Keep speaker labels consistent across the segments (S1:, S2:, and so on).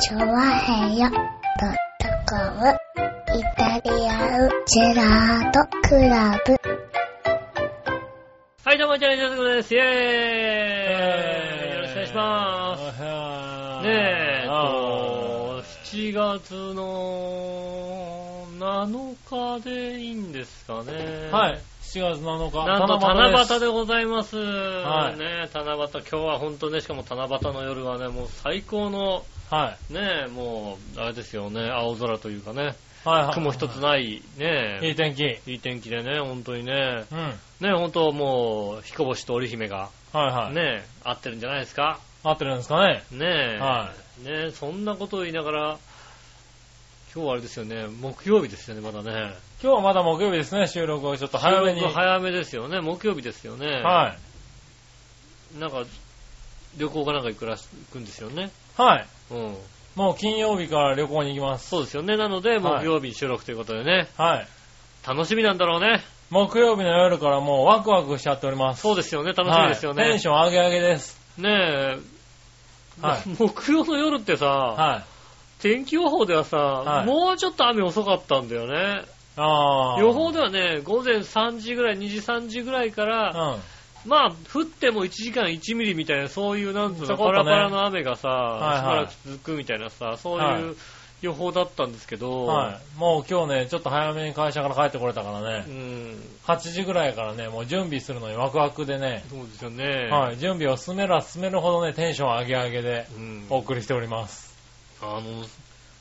S1: チョワヘヨドットコムイタリアンジェラートクラブ。
S2: はい、どうも、チャレンジャーズです。イェー
S3: え。
S2: イよろしくお願いしますす。ねえ、えっ
S3: あ
S2: と、7月の7日でいいんですかね
S3: ー。はい。。7月7日。
S2: なんと七夕で
S3: で
S2: ございます。
S3: い
S2: ねえ七夕、今日は本当ね、しかも七夕の夜はね、もう最高の、
S3: す。はい。
S2: ねえ、もう、あれですよね、青空というかね、
S3: はいはい。
S2: 雲一つ。ない、ね
S3: いい
S2: え、
S3: 天気。
S2: いい天気でね、本当にね、
S3: うん。はい
S2: ねえ、本当もう、彦星と織姫が、
S3: はい。。
S2: ねえ、合ってるんじゃないですか。
S3: 合ってるんですかね。
S2: ねえ、
S3: は
S2: ねえ、そんなことを言いながら、今日はあれですよね、木曜日ですよね、まだね。
S3: 今日はまだ木曜日ですね、収録をちょっと早めに。
S2: 収録早めですよね、木曜日ですよね。
S3: はい。
S2: なんか、旅行かなんか行くらし行くんですよね。
S3: はい。
S2: うん。
S3: もう金曜日から旅行に行きます。
S2: そうですよね。なので、
S3: はい
S2: 木曜日収録ということでね、
S3: はい。
S2: 楽しみなんだろうね。
S3: 木曜日の夜からもうワクワクしちゃっております。
S2: そうですよね、楽しみですよね。
S3: はいテンション上げ上げです。
S2: ねえ、
S3: はい
S2: 木曜の夜ってさ、
S3: はい。
S2: 天気予報ではさ、
S3: はい
S2: もうちょっと雨遅かったんだよね。
S3: ああ。
S2: 予報ではね、午前3時ぐらい、2時3時ぐらいから、
S3: う
S2: まあ、降っても1時間1ミリみたいな、そういう、なんつう
S3: ち
S2: の、
S3: ょこ
S2: パラ
S3: っとね
S2: パラの雨がさ、
S3: いはい
S2: しばらく続くみたいなさ、そう
S3: は
S2: いう
S3: い
S2: 予報だったんですけど、
S3: ん。はい。もう今日ね、ちょっと早めに会社から帰ってこれたからね
S2: う。ん、
S3: 8時ぐらいからね、もう準備するのにワクワクでね、
S2: そうですよね。
S3: はい、準備を進めら進めるほどね、テンション上げ上げで
S2: うん、
S3: お送りしております。
S2: あの、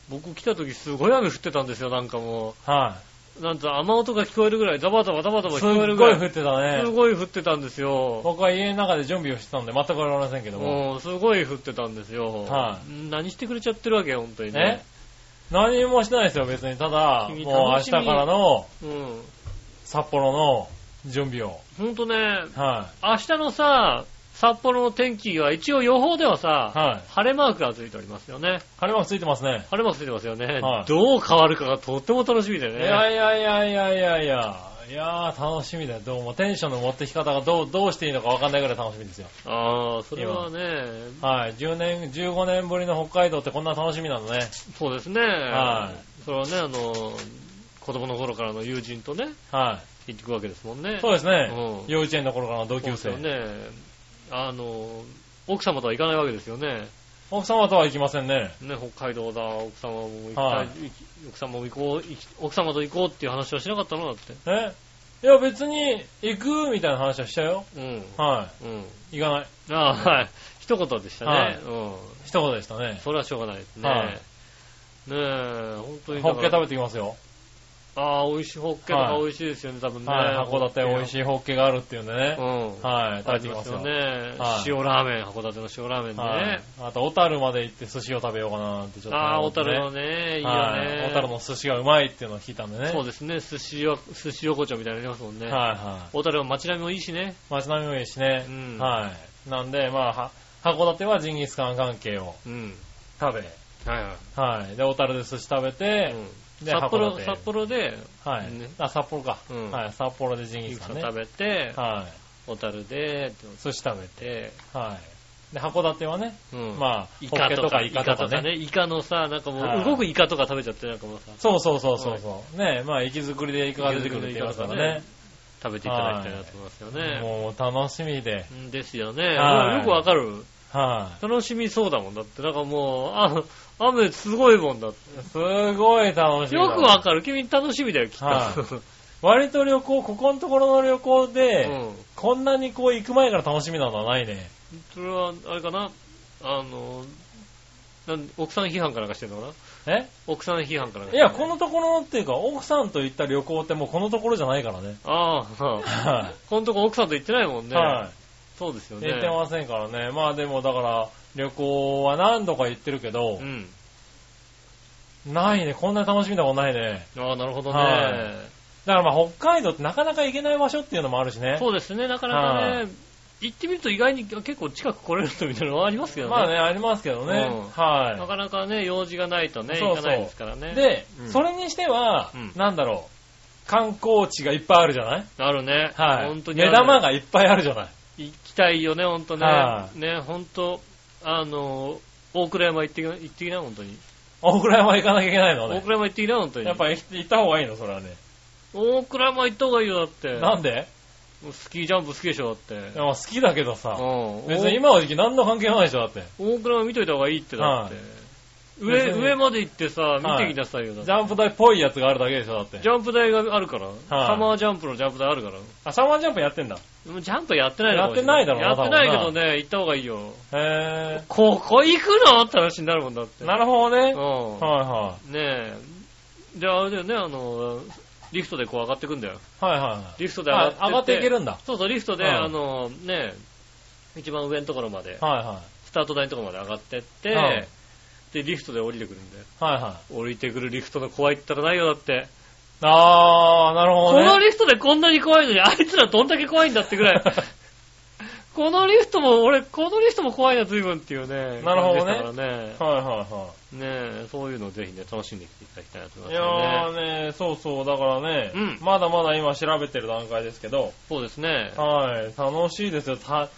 S2: 僕来た時すごい雨降ってたんですよ、なんかも
S3: は
S2: う。なんつうの雨音が聞こえるぐらい、ザバザバザバザ
S3: い。
S2: バ
S3: すっ
S2: 聞こえるぐ
S3: ご
S2: ら
S3: い
S2: い。
S3: 降ってた
S2: す
S3: ね。
S2: ごい降ってたんですよ。
S3: 僕は家の中で準備をしてたんで全くわかりませんけども。
S2: うん、すごい降ってたんですよ。
S3: は
S2: 何してくれちゃってるわけよ、本当に
S3: ね
S2: ね。
S3: 何もしてないですよ、別に。ただ、もう
S2: 君
S3: 明
S2: 楽
S3: 日
S2: し
S3: か
S2: み
S3: らの
S2: うん。
S3: 札幌の準備を。
S2: ほんとね、
S3: は
S2: 明日のさ、札幌の天気は一応予報ではさ、
S3: はい
S2: 晴れマークがついておりますよね
S3: い。。晴れ幕ついてますね。
S2: 晴れマークついてますよね。
S3: はい
S2: どう変わるかがとっても楽しみだよ
S3: い
S2: ね。
S3: やいやいやいやいやいや。いやー楽しみだよ。どうもテンションの持ってき方がどう、どうしていいのかわかんないぐらい楽しみですよ。
S2: ああ、それはね、
S3: はい。10年、15年ぶりの北海道ってこんな楽しみなのね。
S2: そうですね。
S3: は
S2: それはね、あの、子供の頃からの友人とね、
S3: は
S2: 行ってくわけですもんね
S3: い。。そうですね。
S2: うん
S3: 幼稚園の頃からの同級
S2: そう
S3: 生。
S2: ですよね。あの、奥様とは行かないわけですよね。
S3: 奥様とは行きませんね。
S2: ね、北海道だ、奥様も行きたい、
S3: はい
S2: 行き奥様も行こう、行き奥様と行こうっていう話はしなかったのだって。
S3: えいや、別に行くみたいな話はしたよ。
S2: うん。
S3: は
S2: うん。
S3: い。行かない。
S2: ああ、はい。一言でしたね。
S3: は
S2: う
S3: い
S2: ん。
S3: 一言でしたね。
S2: それはしょうがないですね。
S3: はい
S2: ねえ、本当に
S3: ホ
S2: だ
S3: ッ
S2: か
S3: ケ
S2: ら。
S3: 食べてきますよ。
S2: ああ、美味しい、ホッケとか
S3: はい
S2: 美味しいですよね、多分ね。
S3: はい。函館美味
S2: い。
S3: しいホッケがあるっていうんで
S2: う
S3: ね。
S2: ん。
S3: はい。
S2: あ
S3: 食べて
S2: りま
S3: きますす
S2: よ
S3: よ。
S2: ね
S3: はい。
S2: 塩ラーメン、函館の塩ラーメン
S3: はい
S2: ね。。
S3: あと、小樽まで行って寿司を食べようかななんてちょっと思ってね。
S2: ああ、小樽のね、いいよ
S3: はい
S2: ね。
S3: 小樽の寿司がうまいっていうのを聞いたんでね。
S2: そうですね、寿司よ、寿司横丁みたいなのありますもんね。
S3: はいはい。
S2: 小樽は街並みもいいしね。
S3: 街並みもいいしね。
S2: うん
S3: はい。なんで、まあ、は函館はジンギスカン関係を
S2: うん。
S3: 食べ、
S2: はいは
S3: はい。で、小樽で寿司食べ
S2: い。
S3: て、
S2: うん
S3: で
S2: 札幌、
S3: 函館
S2: 札幌で、
S3: はい、
S2: ね
S3: あ、札幌か、
S2: うん
S3: はい。札幌でジンギ
S2: い
S3: ス
S2: く
S3: カ
S2: つ
S3: ン
S2: か
S3: ね。
S2: 食べて、
S3: は
S2: 小樽で、って
S3: い。寿司食べて。
S2: で、
S3: はい。で、函館はね、
S2: うん
S3: まあ、
S2: イ
S3: ホッ
S2: カ
S3: ケ
S2: とか、
S3: イ
S2: イカ
S3: カ
S2: と
S3: とか
S2: か
S3: ね。
S2: ね。イカのさ、なんかも
S3: は
S2: う、
S3: い
S2: 動くイカとか食べちゃって、なんかもうさ、
S3: そうそうそうそうそう、ね、まあ、息づくりでイカが出てくるって言いますからね。
S2: 食べていただきたいなと思いますよね。
S3: もう楽しみで。
S2: うんですよね。
S3: はい
S2: もうよくわかる。
S3: は
S2: 楽しみそうだもんだって。なんかもう、あ雨すごいもんだって。
S3: い。すごい楽しみだ。
S2: よくわかる。君楽しみだよ、きっと。
S3: は割と旅行、ここのところの旅 行で、
S2: うん。
S3: こんなにこう行く前から楽しみなのはないね。
S2: それは、あれかなあの、なん奥さん批判かなんかしてんのかな
S3: え
S2: 奥さん批判かなんか
S3: いや、このところっていうか、奥さんと行った旅行ってもうこのところじゃないからね。
S2: ああ、はあ
S3: は
S2: このとこ奥さんと行ってないもん
S3: い。
S2: ね。
S3: はい。
S2: そうですよね。
S3: 行ってませんからね。まあでもだから、旅行は何度か行ってるけど
S2: う、ん。
S3: ないね。こんなに楽しみなことないね。
S2: ああ、なるほどね。
S3: はだからまあ北海道ってなかなか行けない場所っていうのもあるしね。
S2: そうですね、なかな
S3: は
S2: かね、行ってみると意外に結構近く来れるとみたいなのはありますけどね。
S3: まあね、ありますけどね。
S2: うんな
S3: は
S2: かなかね、用事がないとね、
S3: そうそ
S2: 行
S3: う
S2: かないですからね。
S3: い。で、
S2: うん
S3: それにしては
S2: うん、
S3: なんだろう。観光地がいっぱいあるじゃない
S2: あるね。
S3: はい。
S2: 本当にあ
S3: 目
S2: る。
S3: 玉がいっぱいあるじゃない
S2: 行きたいよね、ほんとね
S3: は。
S2: ね、ほんと、あの、大倉山行ってきな、行ってきな、本当に。
S3: 大倉山行かなきゃいけないの
S2: 大
S3: ね。
S2: 倉山行ってきな、本当に。
S3: やっぱ行行った方がいいのそれはね。
S2: 大倉山行った方がいいよ、だって。
S3: なんで
S2: スキージャンプ好きでしょ、だって。
S3: いやまあ好きだけどさ。
S2: うん。
S3: 別に今の時期何の関係もないでしょ、だって。
S2: 大倉山見といた方がいいって、だって。
S3: 別
S2: 上、
S3: に
S2: 上まで行ってさ、見てきなさいよ、だっ
S3: ジ
S2: て。
S3: ャンプ台っぽいやつがあるだけでしょ、だって
S2: ジ。ャンプ台があるから。サマージャンプのジャンプ台あるから。
S3: あ、サマージャンプやってんだ。
S2: でもジャンプやってないのかもしれ
S3: やってないだろうな
S2: やってないけ
S3: 多
S2: ど
S3: 分
S2: ね、行った方がいいよ。
S3: へ
S2: ここ行くのって話になるもんだって。
S3: ー。なるほどね。
S2: うん。
S3: は
S2: ねえ。じゃああれだよね、あの、リフトでこう上がってくんだよ。
S3: いはい。はいはい。
S2: リフトで上が
S3: あ
S2: って
S3: 上がっていけるんだ。
S2: そうそう、リフトで、
S3: うん
S2: あの、ねえ、一番上のところまで、
S3: はいは
S2: スタート台のところまで上がってって、
S3: うん
S2: で、リフトで降りてくるんだよ。
S3: い。はいはい。
S2: 降りてくるリフトの怖いったらないよ、だって。
S3: あー、なるほ
S2: こ
S3: どね。
S2: のリフトでこんなに怖いのに、あいつらどんだけ怖いんだってぐらい。このリフトも、俺、このリフトも怖いな、随分っていうね。
S3: なるほどね
S2: 感じでしたからね。
S3: はいはいは
S2: ねえ、そういうのをぜひね、楽しんできていただきたいなと思
S3: い。い
S2: い
S3: や
S2: ますね。
S3: ーね、そうそう、だからね、
S2: うん
S3: まだまだ今調べてる段階ですけど、
S2: そうですね。
S3: はい、楽しいですよ。た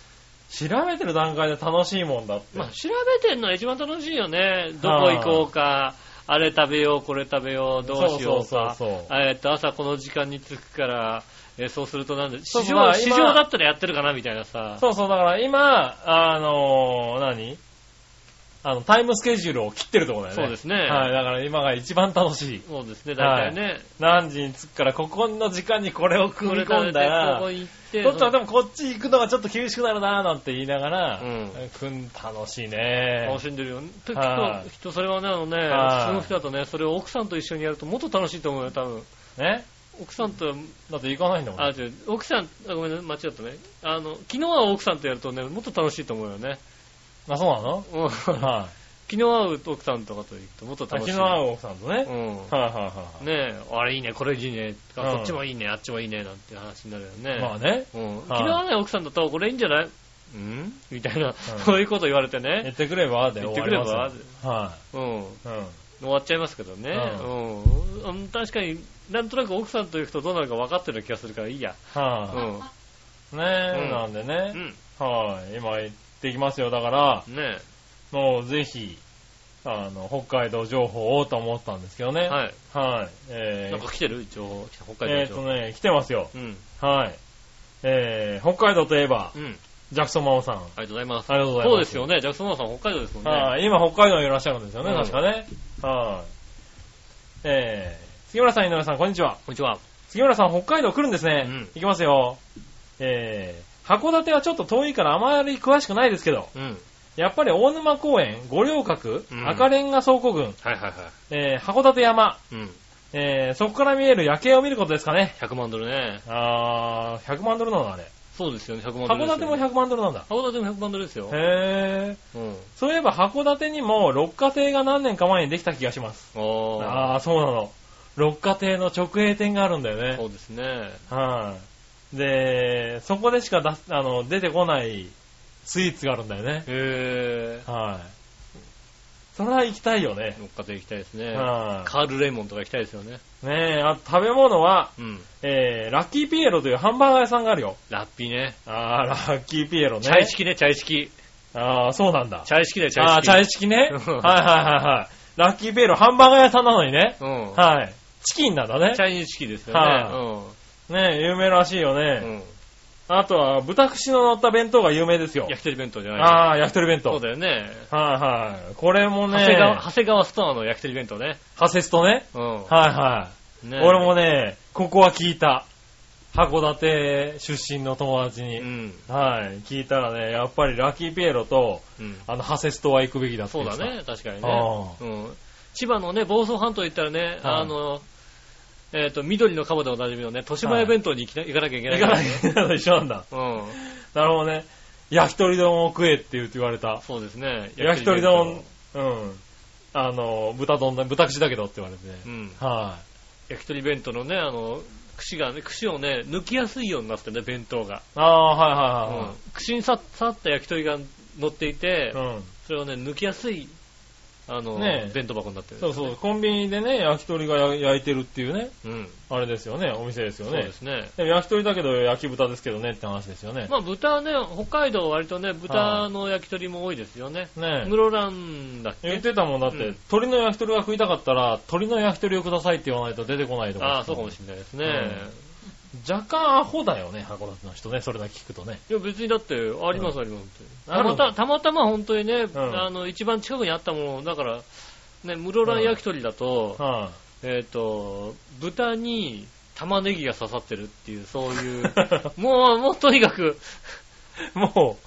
S3: 調べてる段階で楽しいもんだって。
S2: まあ、調べてんのは一番楽しいよね。どこ行こうか、あれ食べよう、これ食べよう、どうしようか。
S3: そうそうそうそ
S2: えっと、朝この時間に着くから、えーそうするとなんで、
S3: そう
S2: 市
S3: そうま
S2: 場、
S3: あ
S2: 市
S3: 今
S2: 場だったらやってるかなみたいなさ。
S3: そうそう、だから今、あのー何あの、タイムスケジュールを切ってるところだよね。
S2: そうですね
S3: はい、だから今が一番楽しい。
S2: そうですね、大体ね。
S3: 何時に着くから、ここの時間にこれを組
S2: こ
S3: み
S2: れ
S3: 込んだら
S2: こ、こ行って。
S3: どっちはでもこっち行くのがちょっと厳しくなるなーなんて言いながら、
S2: うん
S3: 組ん楽しいね
S2: 楽しんでるよ。きっと、
S3: はい
S2: きっとそれはね、あのね、
S3: はい
S2: その人だとね、それを奥さんと一緒にやるともっと楽しいと思うよ、多分。
S3: ね
S2: 奥さんと、
S3: だって行かないんだもん。
S2: あ、違う、奥さん、あごめんなさい、間違ったね。あの、昨日は奥さんとやるとね、もっと楽しいと思うよね。
S3: あ、そうなの
S2: うん昨
S3: はい。
S2: 日会う奥さんとかと行くともっと楽
S3: 滝
S2: しい。
S3: の青さんとね。
S2: うん。
S3: はいはいは
S2: ねえ、あれいいね、これいいね、あ
S3: うん
S2: こっちもいいね、あっちもいいね、なんて話になるよ
S3: い。
S2: ね。
S3: まあね、
S2: うん、昨日はね、奥さんだと、これいいんじゃないうんみたいな、そういうこと言われて
S3: 言
S2: ね。
S3: ってくればで
S2: 言っ
S3: 終
S2: て
S3: わ
S2: く
S3: り
S2: れ
S3: ますよ
S2: ば、
S3: は
S2: うん。
S3: い。うん。
S2: 終わっちゃいますけどね。
S3: う
S2: うん。うん確かに、なんとなく奥さんと行くとどうなるか分かってる気がするからいいや。うん。
S3: は
S2: うん。
S3: い。ねえ、
S2: うん
S3: なんでね。はい。今行ってきますよ。だから、
S2: ね
S3: もうぜひ、あの、北海道情報をと思ったんですけど
S2: え。
S3: ね。
S2: はい。
S3: い。はい。え
S2: なん
S3: ー
S2: か来てる情報、北
S3: え
S2: 海
S3: ー
S2: 道
S3: と
S2: 情報。
S3: ね、来てますよ。
S2: うん。
S3: はい。えー、北海道といえば、
S2: うん。あり
S3: ジャクソンマオさん。あ
S2: がとうございます。
S3: りがとうございます。
S2: そうですよね。ジャクソンマンさん北海道ですもんね。
S3: はい。今、北海道にいらっしゃるんですよね、
S2: うん
S3: 確かね。はい。えー、杉村さん、井上さん、こんにちは。
S2: こんにちは。
S3: 杉村さん、北海道来るんですね。
S2: うん
S3: 行きますよ。えー、函館はちょっと遠いからあまり詳しくないですけど、
S2: うん。
S3: やっぱり大沼公園、五稜郭、
S2: うん
S3: 赤レンガ倉庫群、
S2: はいはいは
S3: えー、函館山、
S2: い。うん。
S3: えー、そこから見える夜景を見ることですかね。
S2: 100万ドルね。
S3: あー、100万ドルなのあれ。
S2: そうですよね、100万ドル
S3: 函
S2: ですよ。
S3: 館も100万ドルなんだ。
S2: 函館も100万ドルですよ。
S3: へー。
S2: うん。
S3: そういえば函館にも六花亭が何年か前にできた気がします。
S2: ああ。
S3: ああ、そうなの。六花亭の直営店があるんだよね。
S2: そうですね。
S3: はい、で、そこでしか出すあの出てこないスイーツがあるんだよね。
S2: へえ。
S3: はい、それは行きたいよね。
S2: 乗っかって行きたいですね。
S3: はい、
S2: カールレモンとか行きたいですよね。
S3: ねえ、あ食べ物は、
S2: うん。
S3: えー、ラッキーピエロというハンバーガー屋さんがあるよ。
S2: ラッピーね。
S3: ああ、ラッキーピエロね。
S2: チャイ式ね、チャイ式。
S3: ああ、そうなんだ。
S2: チャイ式だよ、チャイ式。
S3: ああー、チャイ式ね。はいはいはいはい。ラッキーピエロ、ハンバーガー屋さんなのにね。
S2: うん。
S3: はい。チキンなんだね
S2: チ。ャイニーズ式ですよ
S3: は
S2: ね。
S3: ねえ、有名らしい
S2: う
S3: よ
S2: ん。う
S3: ね。
S2: ん。
S3: あとは、豚串の乗った弁当が有名ですよ。
S2: 焼き鳥弁当じゃない
S3: ああ、焼き鳥弁当。
S2: そう
S3: はい
S2: だよね。
S3: はい。これも
S2: 長谷
S3: ね、
S2: 川、長谷川ストアの焼き鳥弁当ね。
S3: ハセストね。
S2: うん。
S3: はいはい。
S2: ね
S3: 俺もね、ここは聞いた。函館出身の友達
S2: う
S3: に。
S2: ん。
S3: はい。聞いたらね、やっぱりラッキーピエロと、
S2: うん。
S3: あの、ハセストは行くべきだって
S2: そう
S3: 言っ
S2: だ
S3: てた。
S2: ね、確かにね。
S3: あ
S2: うん。千葉のね、房総半島行ったらね、
S3: はい
S2: あの、えっと、緑の鴨でおなじみのね、豊島屋弁当に行きな行かなきゃいけない
S3: 行
S2: か
S3: からな
S2: ね。
S3: きゃいけないのと一緒なんだ。
S2: うん。
S3: なるほどね。焼き鳥丼を食えって言うって言われた。
S2: そうですね。
S3: 焼き鳥丼、うん。あの、豚丼だ、豚串だけどって言われてね。
S2: うん。
S3: は
S2: 焼き鳥弁当のね、あの、串がね、串をね、抜きやすいようになってね、弁当が。
S3: い。ああ、はいは
S2: うん串にささった焼き鳥が乗っていて
S3: い、はいはい。うん。
S2: それをね、抜きやすいあの、
S3: ねえ
S2: 弁当箱になってる。
S3: そうそう、コンビニでね、焼き鳥がや焼いてるっていうね、
S2: うん。
S3: あれですよね、お店ですよ
S2: そう
S3: ね
S2: で。すね。
S3: でも焼き鳥だけど焼き豚ですけどねって話ですよね。
S2: まあ豚はね、北海道割とね、豚の焼き鳥も多いですよね。
S3: ね
S2: 室蘭だっ
S3: 言っ
S2: け
S3: てたもんだって、
S2: うん
S3: 鳥の焼き鳥が食いたかったら、鳥の焼き鳥をくださいって言わないと出てこないとか。
S2: ああ、そうかもしれないですね。
S3: 若干アホだよね、函館の人ね、それだけ聞くとね。
S2: いや別にだって、ありますあります。
S3: うん
S2: たま
S3: あ
S2: た
S3: る
S2: たまたま本当にね、
S3: ん
S2: あの、一番近くにあったもの、だから、ね、室蘭焼き鳥だと、
S3: は
S2: えっと、豚に玉ねぎが刺さってるっていう、そう いう、もう、もうとにかく、
S3: いも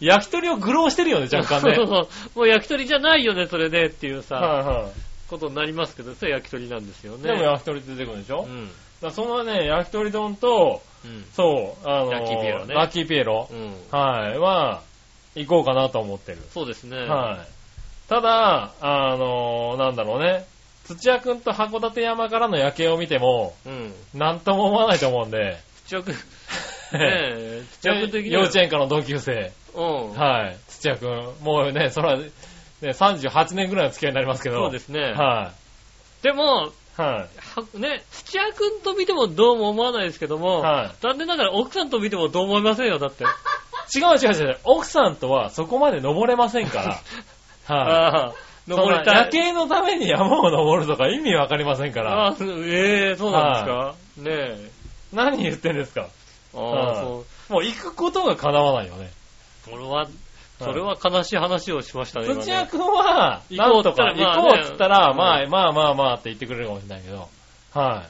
S3: う、焼き鳥を愚弄してるよね、若干 ね。
S2: そうそうもう焼き鳥じゃないよね、それね、っていうさ、
S3: はいはい
S2: ことになりますけど、それ焼き鳥なんですよね。
S3: でも焼き鳥って出てくるでし
S2: う
S3: ょ、だか
S2: ん。
S3: らそのね、焼き鳥丼と、
S2: うん。
S3: そう、あの、
S2: ラッキーピエロね
S3: ラッキーピエロ
S2: うん。
S3: はい、は、行こうかなと思ってる。
S2: そうですね。
S3: はい。ただ、あの、なんだろうね、土屋くんと函館山からの夜景を見ても、
S2: うん。
S3: なんとも思わないと思うんで、
S2: 土 屋くん、ねえ、土屋くん的に
S3: 幼
S2: は。
S3: 稚園からの同級生。
S2: うん。
S3: はい。土屋くん。もうね、それは、ね、38年ぐらいの付き合いになりますけど。
S2: そうですね。
S3: は
S2: でも、
S3: い。は
S2: はね、土屋くんと見てもどうも思わないですけども、
S3: は
S2: 残念ながら奥さんと見てもどうも思いませんよ、だって。
S3: い。違う違う違う。奥さんとはそこまで登れませ んから。はい。
S2: ああ、登りたい。
S3: そんな夜景のために山を登るとか意味わかりませんか
S2: あ
S3: ら。
S2: あそうええそうなんですかねえ。
S3: 何言ってんですか
S2: ああ、
S3: はい
S2: そう。
S3: もう行くことが叶わないよね。
S2: これは、それは悲しい話をしましたね。今ね
S3: 土屋くんは、
S2: 行こうっつった
S3: 行こうとか、
S2: ら
S3: 行こうっつったら、
S2: まあ
S3: ま
S2: ね
S3: あまあまあまあって言ってくれるかもしれないけど。は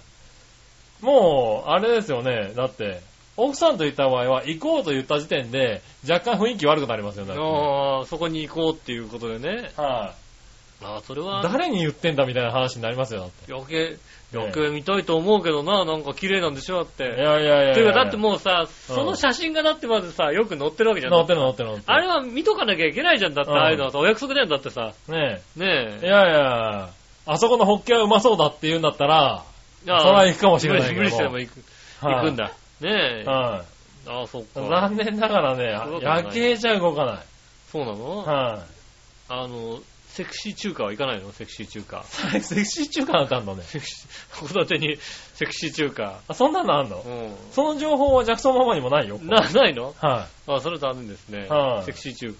S3: い。もう、あれですよね。だって、奥さんと言った場合は、行こうと言った時点で、若干雰囲気悪くなりますよね。だってね
S2: ああ、そこに行こうっていうことでね。
S3: は
S2: ああ、それ
S3: い。
S2: は、
S3: 誰に言ってんだみたいな話になりますよ、だっ。
S2: 余計、余計見たいと思うけどな、なんか綺麗なんでしょだって
S3: い
S2: て。
S3: やいやいや。
S2: というか、だってもうさ、その写真がだってまずさ、よく載ってるわけじゃん。
S3: 乗ってる乗ってる乗ってる。
S2: あれは見とかなきゃいけないじゃんだって、
S3: うん
S2: ああいうのはさ、お約束だよだってさ、
S3: ね
S2: ね
S3: え。い
S2: え。
S3: やいや、あそこのホッケはうまそうだって言うんだったら、
S2: ああ
S3: それは行くかもしれないけど
S2: 無理無理してでも行く
S3: はい
S2: 行くん。だ。ねえ。あ
S3: は
S2: あ、そっ
S3: い。
S2: か。
S3: 残念ながらね
S2: 動、かない
S3: 夜景じゃ動かない。
S2: そうなの
S3: はい。
S2: あの、セクシー中華は行かないのセクシー中華。
S3: セクシー中華なんてあんのね。
S2: セクシー、函館にセクシー中華。
S3: あ、そんなのあんの
S2: うん。
S3: その情報はジャクソンママにもないよ。
S2: な、ないの
S3: は
S2: あ、それ残念ですね。
S3: はい
S2: セクシー中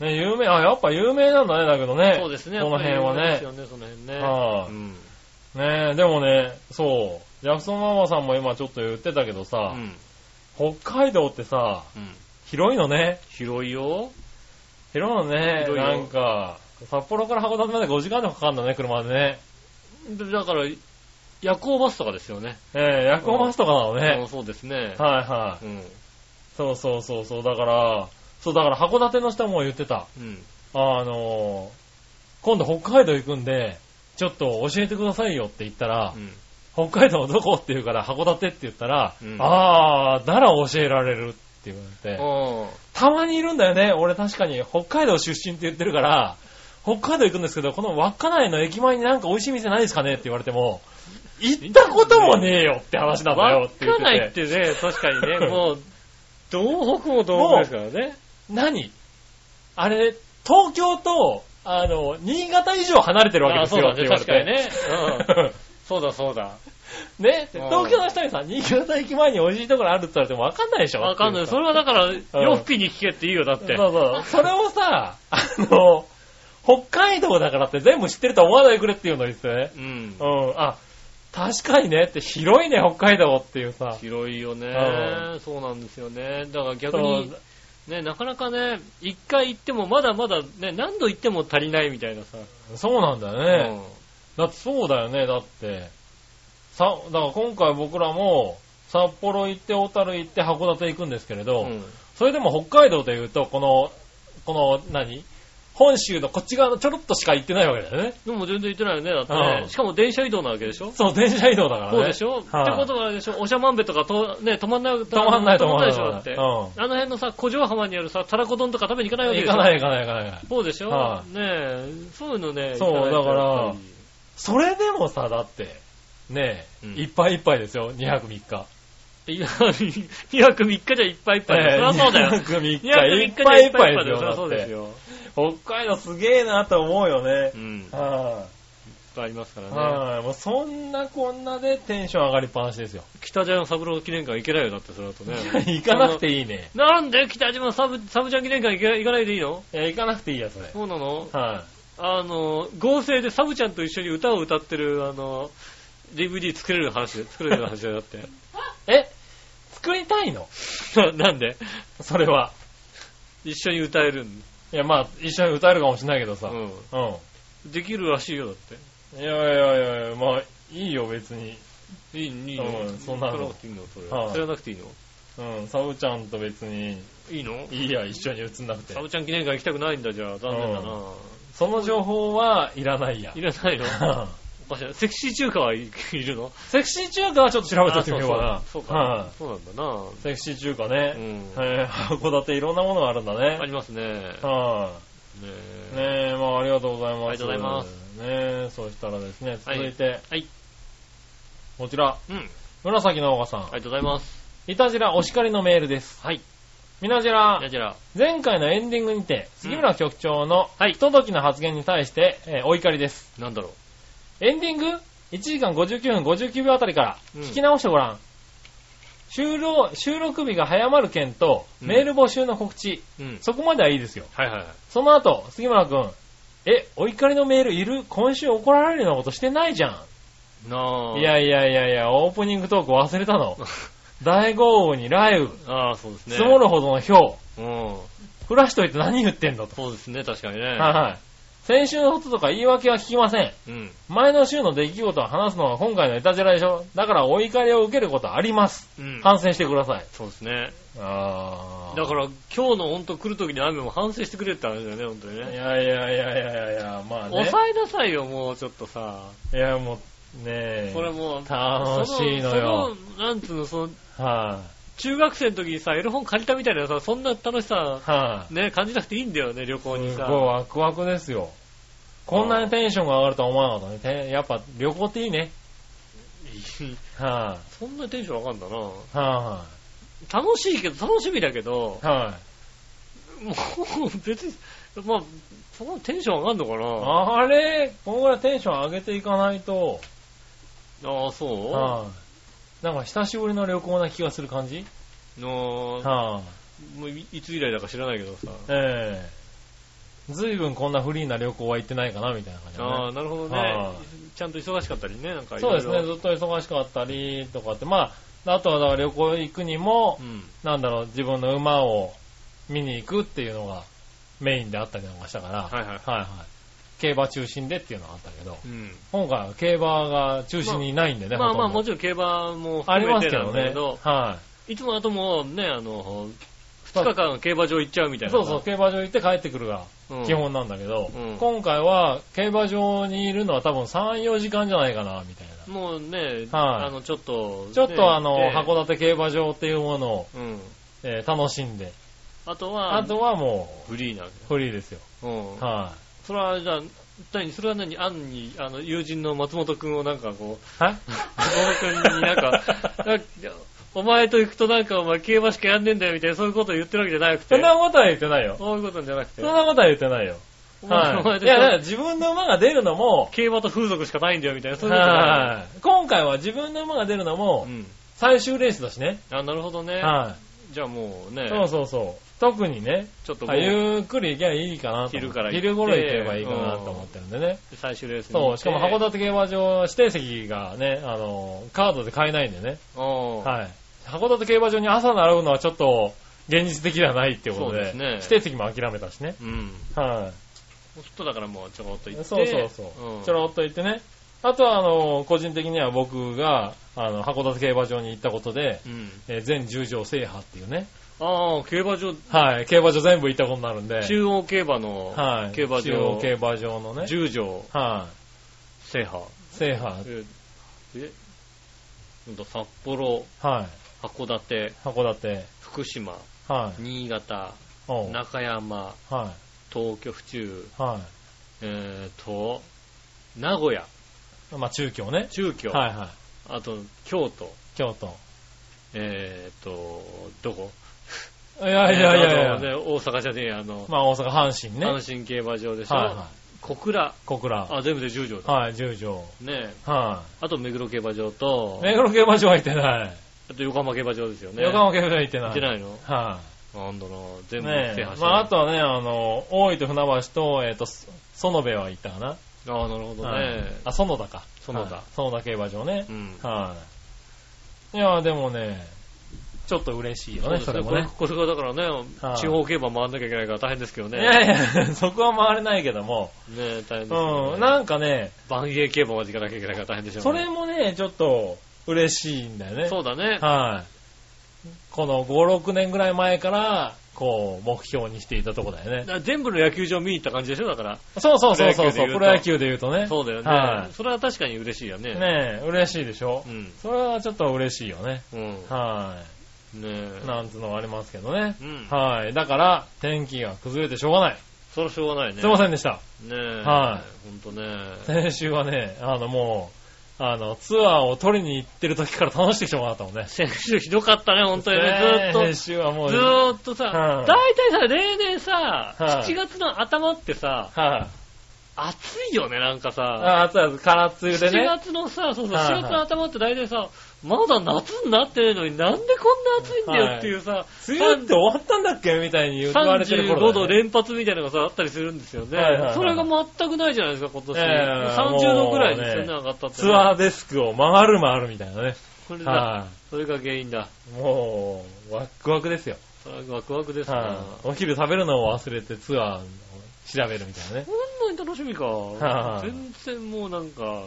S2: 華。
S3: い。ね、有名、あ、やっぱ有名なんだね、だけどね。
S2: そうですね。
S3: この辺は
S2: やっぱり有名です
S3: ね。
S2: よね、その辺ね。
S3: はい
S2: うん。
S3: ねでもね、そう。ジャクソンママさんも今ちょっと言ってたけど
S2: う
S3: さ、
S2: ん。
S3: 北海道ってさ、
S2: うん。
S3: 広いのね。
S2: 広いよ。
S3: 広いのね。
S2: 広いよ
S3: なんか、札幌から函館まで5時間でもかかるんだね、車でね。
S2: でだから、夜行バスとかですよね。
S3: ええ夜行バスとかなの
S2: うん
S3: ね。
S2: そうですね。
S3: はいはい。
S2: うん。
S3: そうそうそうそう。だから、そうだから函館の人も言ってた。
S2: うん。
S3: あの、今度北海道行くんで、ちょっと教えてくださいよって言ったら
S2: う、ん。
S3: 北海道のどこって言うから、函館って言ったら、
S2: うん
S3: あー、なら教えられるって言われて、
S2: うん
S3: たまにいるんだよね。俺確かに北海道出身って言ってるから、北海道行くんですけど、この稚内の駅前になんか美味しい店ないですかねって言われても、行ったこともねえよって話なんだよって言っ
S2: 稚内って
S3: て。
S2: ってね、確かに ね、もう、東北も東北ですからね。
S3: 何あれ、東京と、あの、新潟以上離れてるわけ
S2: あ
S3: です
S2: そうだ
S3: よって
S2: ね、
S3: 言われ
S2: 確
S3: て。
S2: かにね。う ん。そうだそうだ。
S3: ね、
S2: うん
S3: 東京の人にさ、新潟駅前に美味しいところあるって言われても分かんないでしょ
S2: わかんない。
S3: って
S2: そうれはだから、ヨッピーに聞けっていいよ、だっ
S3: さ
S2: て。
S3: そうそう。それをさ、あの、北海道だからって全部知ってると思わないでくれっていうのにですね。
S2: うん
S3: う。ん、あ、確かにねって広いね、北海道っていうさ。
S2: 広いよね
S3: う。
S2: そうなんですよね。だから逆
S3: そ
S2: に
S3: う、
S2: ね、なかなかね、一回行ってもまだまだね、何度行っても足りないみたいなさ。
S3: そうなんだ
S2: う
S3: よね。だってそうだよね、だって。さ、だから今回僕らも、札幌行って、小樽行って、函館行くんですけれ
S2: ん
S3: ど、
S2: うん。
S3: それでも北海道で言うと、この、この何、本州のこっち側のちょろっとしか行ってないわけだよね。
S2: でも全然行ってないよね、だってね
S3: うん
S2: しかも電車移動なわけでしょ
S3: そう、電車移動だからね。
S2: そうでしょ、
S3: はい
S2: ってことはあれでしょ、おしゃまんべとかと、ね、止まんない、止
S3: 止まんないと思う
S2: でしょ、だって。
S3: 行
S2: あの辺のさ、古城浜にあるさ、たらこ丼とか食べに行かないわけでしょ
S3: かない行かない行かない。
S2: そうでしょ、
S3: はい
S2: ねえ、そういうのね、
S3: そう
S2: 行かないと
S3: だから
S2: やっぱり
S3: それでもさ、だって、ねえ、
S2: うん
S3: いっぱいいっぱいですよ、2泊3日。
S2: いや、2泊3日じゃいっぱいいっぱいだよ。そりゃそうだよ。
S3: 2泊3日
S2: 2泊3
S3: い
S2: 日
S3: っ
S2: じ
S3: ぱ
S2: ゃ
S3: い
S2: い
S3: い
S2: っ
S3: っ
S2: ぱ
S3: ぱ
S2: いい
S3: い
S2: っぱ
S3: で
S2: いだよ。
S3: すよ。
S2: そり
S3: だ
S2: ゃ
S3: っ
S2: そうです
S3: て
S2: よ。
S3: 北海道すげえなと思うよね
S2: う。ん。いっ
S3: は
S2: ぱいありますか
S3: い。
S2: らね。
S3: はい。もうそんなこんなでテンション上がりっぱなしですよ。
S2: 北島三郎記念館行けないよ、だってそれだとね。
S3: 行かなくていいね。
S2: なんで北島サブ、サブちゃん記念館行け行かないでいいの
S3: いや、行かなくていいや、それ。
S2: そうなの
S3: は
S2: あの、合成でサブちゃんと一緒に歌を歌ってる、あの、DVD 作れる話で、作れる話だよだって。
S3: い。え作りたいの
S2: ななんで
S3: それは。
S2: 一緒に歌えるん
S3: いや、まあ、一緒に歌えるかもしれないけど
S2: だ。
S3: さ。
S2: うん。
S3: う
S2: できるらしいよ、だって。
S3: ん。いやいやいやいや、まあ、いいよ、別に。
S2: いい、いい
S3: うん
S2: の
S3: そんなの
S2: 知らなくていいのそれ。
S3: はい
S2: 知らなくていいの
S3: うん、サブちゃんと別に、
S2: いいの
S3: いいや、一緒に映んなくて
S2: サ。ブちゃん記念館行きたくないんだ、じゃあ。残念だな。
S3: その情報はいらないや
S2: い。らないのおかしいなセクシー中華はいいるの
S3: セクシー中華はちょっと調べておいてみようかな。
S2: あそうそうそう
S3: は
S2: か。そうなんだな。
S3: いセクシー中華
S2: う
S3: ね。
S2: ん。
S3: えー函館いろんなものがあるんだね
S2: あ。りますね。
S3: は
S2: ね
S3: い。ねえ、まあありがとうございます。。
S2: ありがとうございます
S3: ねえ、そしたらですね、続いて、
S2: はい。
S3: こちら、
S2: うん。あり
S3: 紫のおさん。
S2: がとうございます。
S3: いたじらお叱りのメールです。
S2: はい。
S3: みなじ
S2: じ
S3: ら
S2: ゃあ、じゃあ。
S3: 前回のエンディングにて、杉村局長の
S2: はい
S3: 不届きな発言に対して、えーお怒りです。
S2: なんだろ
S3: エンディング ?1 時間59分59秒あたりから
S2: うん
S3: 聞き直してごらん。収録収録日が早まる件と、
S2: うん
S3: メール募集の告知、
S2: う。うん。
S3: そこまではいいですよ。
S2: はいはいはい。
S3: その後、杉村くん、え、お怒りのメールいる今週怒られるようなことしてないじゃ
S2: なあ。
S3: ん。いやいやいやいや、オープニングトーク忘れた の。大豪雨に雷雨、
S2: ああ、そうですね。
S3: 積もるほどの氷、
S2: うん。
S3: 降らしといて何言ってんのと。
S2: そうですね、確かにね。
S3: はいはい。先週のこととか言い訳は聞きません。
S2: うん。
S3: 前の週の出来事を話すのは今回のいたじらでしょだからお怒りを受けることはあります。
S2: うん。
S3: 反省してください。
S2: そうですね。
S3: あー
S2: だから、今日の本当来る時に雨も反省してくれって話だよね、本当に
S3: い
S2: ね。
S3: やいやいやいやいやいや、まあね。
S2: 抑えなさいよ、もうちょっとさ。
S3: いやもう、ねえ。
S2: それもう、
S3: 楽しいのよ。
S2: その。そのなんつうの、その、
S3: は
S2: 中学生の時にさ、エロ本借りたみたいなさ、そんな楽しさ
S3: い、、はい、
S2: ね、感じなくていいんだよね、旅行に
S3: すご
S2: さ
S3: い。ワクワクですよ。こんなにテンションが上がるとは思わなかったね。てやっぱ旅行っていいね。はい、
S2: そんなテンション上がるんだな。
S3: は
S2: 楽しいけど、楽しみだけど
S3: い、、はい、
S2: もう別に、まあ、そのテンション上がんのかな
S3: あれ、こんぐらいテンション上げていかないと、
S2: ああ、そう
S3: はいなんか久しぶりの旅行な気がする感じ
S2: の
S3: はい
S2: もういいつ以来だか知らないけどさ。
S3: ええずいぶんこんなフリーな旅行は行ってないかな、みたいな感じ
S2: あ
S3: だ
S2: あ、
S3: ね。
S2: なるほど
S3: は
S2: ね。ちゃんと忙しかったりね、なんか
S3: そうですね、
S2: ね。
S3: ずっと忙しかったりとかって、まあ、あとはだから旅行行くにも
S2: う、ん。
S3: なんだろう、自分の馬を見に行くっていうのがメインであったりなんかしたから、
S2: はいはい
S3: はいはい競馬中心でっていうのがあったけど、
S2: うん。
S3: 今回は競馬が中心にいないんでね、
S2: まあまあ、
S3: ほと
S2: も
S3: んど
S2: ちろん競馬も
S3: あり
S2: 含
S3: ま
S2: めて
S3: すけ
S2: なん
S3: ど
S2: だ
S3: ね
S2: けど、、
S3: はい
S2: つもだともうね、あの、2日間競馬場行っちゃうみたいな。
S3: そうそう、競馬場行って帰ってくるが
S2: うん
S3: 基本なんだけど、
S2: うん
S3: 今回は競馬場にいるのは多分3、4時間じゃないかな、みたいな。
S2: もうね、
S3: はい
S2: あの、ちょっと、
S3: ちょっ
S2: ね
S3: とあの、
S2: で
S3: 函館競馬場っていうものを、
S2: うん。
S3: えー楽しんで、
S2: あとは、
S3: あとはも
S2: フリーなわ
S3: う、フリーですよ。
S2: け。うん。
S3: は
S2: それは、じゃあ、何、それは何、アンに、あの、友人の松本くんをなんかこう、
S3: い。はい
S2: 松本くんになんか、なんかお前と行くとなんかお前競馬しかやんねえんだよみたいな、そういうことを言ってるわけじゃなく
S3: そんな
S2: て、
S3: ことは言ってないよ。
S2: そういうことじゃなくて
S3: そん、なことは言ってないよ。
S2: お前お
S3: は
S2: 前
S3: い。いや、だから
S2: と
S3: 自分の馬が出るのも、
S2: 競馬と風俗しかないんだよみたいな、そういうことじゃな
S3: はい。今回は自分の馬が出るの
S2: い。
S3: も
S2: う、ん。
S3: 最終レースだしね。
S2: あ、なるほどね。
S3: は
S2: じゃあもうね
S3: い。、そうそうそう。特にね、
S2: ちょっとも
S3: は
S2: う
S3: いゆっくり行けばいいかなと。
S2: 昼から行って
S3: 昼頃行けばいいかなと思ってるんでね。
S2: 最終レースに
S3: そう、しかも函
S2: 館。
S3: 館競馬場は指定席がね、あの、カードで買えないんでね。
S2: うん
S3: はい。函館競馬場に朝並ぶのはちょっと現実的ではないってことで、
S2: そうですね
S3: 指定席も諦めたしね。
S2: うん。
S3: は
S2: そうするとだからもうちょこっと
S3: い
S2: 行っ。て。
S3: そうそうそう。
S2: ん
S3: ちょろっと行ってね。あとは、あの、個人的には僕が、あの、函館競馬場に行ったことで、
S2: うん。
S3: えー全10条制覇っていうね。
S2: ああ、競馬場、
S3: はい。競馬場全部行ったことになるんで。
S2: 中央競馬の
S3: はい。
S2: 競馬
S3: 中央
S2: 場、
S3: 競馬場のね。
S2: 十条
S3: は
S2: 制覇。
S3: い。制覇。
S2: え、えうんと札幌、
S3: はい。
S2: 函館、
S3: 函館。
S2: 福島、
S3: はい。
S2: 新潟、
S3: おう
S2: 中山、
S3: は
S2: 東京府中、
S3: い。は
S2: えーと、名古屋、
S3: い。まあ、中京ね。
S2: 中京、
S3: はいはい。
S2: あと京都、
S3: 京都。
S2: えーっと、どこ
S3: いやいやい
S2: えー
S3: や
S2: あ
S3: い
S2: と
S3: や。
S2: ね、大阪じゃねえや、あの、
S3: まあ大阪、阪神ね。はい
S2: 阪神競馬場でしょ。
S3: は
S2: 小倉。
S3: い。小倉。
S2: あ、全部で10条だ。
S3: はい、十条。
S2: ねえ
S3: は
S2: あと目黒競馬場と
S3: い。、目黒競馬場は行ってない。
S2: あと横浜競馬場ですよね。
S3: 横浜競馬場は行ってない。
S2: 行ってないの
S3: は
S2: なんだろう、
S3: い。
S2: 全部
S3: ね
S2: 制覇
S3: え。
S2: して
S3: まああとはね、あの、大井と船橋と、えっと、そ園部は行ったかな。
S2: ああ、なるほど
S3: はい
S2: ね。
S3: あ、園田か。
S2: 園田
S3: はい園田競馬場ね
S2: う。ん。
S3: はい。いや、でもね、ちょっと嬉しいよね、そ
S2: そう
S3: れ
S2: です
S3: も
S2: ね
S3: ね。
S2: これこれがだからね
S3: は、い
S2: 地方競馬回んなきゃいけないから大変ですけど
S3: い
S2: ね。ね
S3: やいや、 そこは回れないけども。
S2: え大変ですよ
S3: うん、
S2: ね。
S3: なんかね、
S2: 万芸競馬まで行かなきゃいけないから大変でしょう
S3: そ
S2: ね
S3: れもね、ちょっと嬉しいんだよね。
S2: そうだね。
S3: はい。この5、6年ぐらい前から、こう、目標にしていたとこだよね
S2: だ。から全部の野球場見に行った感じでしょだから。
S3: そうそうそうそうそう、
S2: プ
S3: プ
S2: ロ
S3: ロ
S2: 野
S3: 野球で言うとね。
S2: そうだよね、
S3: は
S2: それは確かに嬉しいよね。
S3: い。ねえ、嬉しいでしょ
S2: う。ん。
S3: それはちょっと嬉しいよね。
S2: うん。
S3: は
S2: ね
S3: い。なんつうのはありますけどね。
S2: うん。
S3: はい。だから、天気が崩れてしょうがない。
S2: それはしょうがないね。
S3: すいませんでした。
S2: ねえ。
S3: は
S2: ほんとね。
S3: 先週はね、あのもう、あの、ツアーを取りに行ってる時から楽しくしてもらったもんね。
S2: 先週ひどかったね、本当にね。ずーっ
S3: 先週は
S2: と。
S3: もう、
S2: ず
S3: はい、
S2: ーっと
S3: は
S2: さ
S3: い、
S2: 大体さ、例年さ、
S3: はい
S2: 7月の頭ってさ、暑いよね、なんかさ。
S3: ああ、そうです。空梅雨で
S2: 7
S3: ね。
S2: 月のさ、そうそう、
S3: はい
S2: 7月の頭って大体さ、まだ夏になってないのになんでこんな暑いんだよっていうさ、
S3: 梅雨って終わったんだっけみたいに言われてる頃
S2: 35
S3: だ
S2: 度
S3: よね、
S2: 連発みたいなのがさ、あったりするんですよね。
S3: はいはいはい
S2: それが全くないじゃないですか、今年。
S3: ええ
S2: 30度ぐらいに
S3: もうね
S2: すんなかったってね、
S3: ツアーデスクを回る回るみたい なね。
S2: これだ、
S3: は
S2: それが原因だ。
S3: い。もう、ワックワクですよ。
S2: それはワクワクですな。
S3: はい。お昼食べるのを忘れてツアーを調べるみたいなね。
S2: こんなに楽しみか。
S3: はい
S2: 全然もうなんか、んま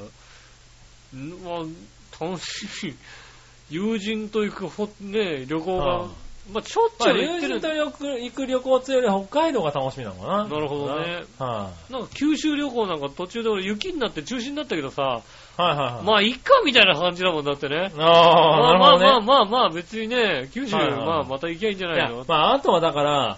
S2: あ、楽しみ。 友人と行くほ、ね、旅行が、
S3: はい
S2: まあ、ちょっ
S3: ま
S2: ち
S3: あ、
S2: ゅう行
S3: 友
S2: ってる
S3: 人。とよく行く旅行より北海道が楽しみなのかな。
S2: なるほどね。
S3: は
S2: なんか九州旅行なんか途中で俺雪になって中止になったけどさ、
S3: い。はいはいはい。
S2: まあ、いっかみたいな感じだもんだってね。ま
S3: あ
S2: あ
S3: あ、
S2: まあ
S3: なるほどね。
S2: まあまあまあ、別にね、九州、
S3: はいはいはい
S2: まあまた行きゃいいんじゃない
S3: いや
S2: の
S3: まあ、あとはだから、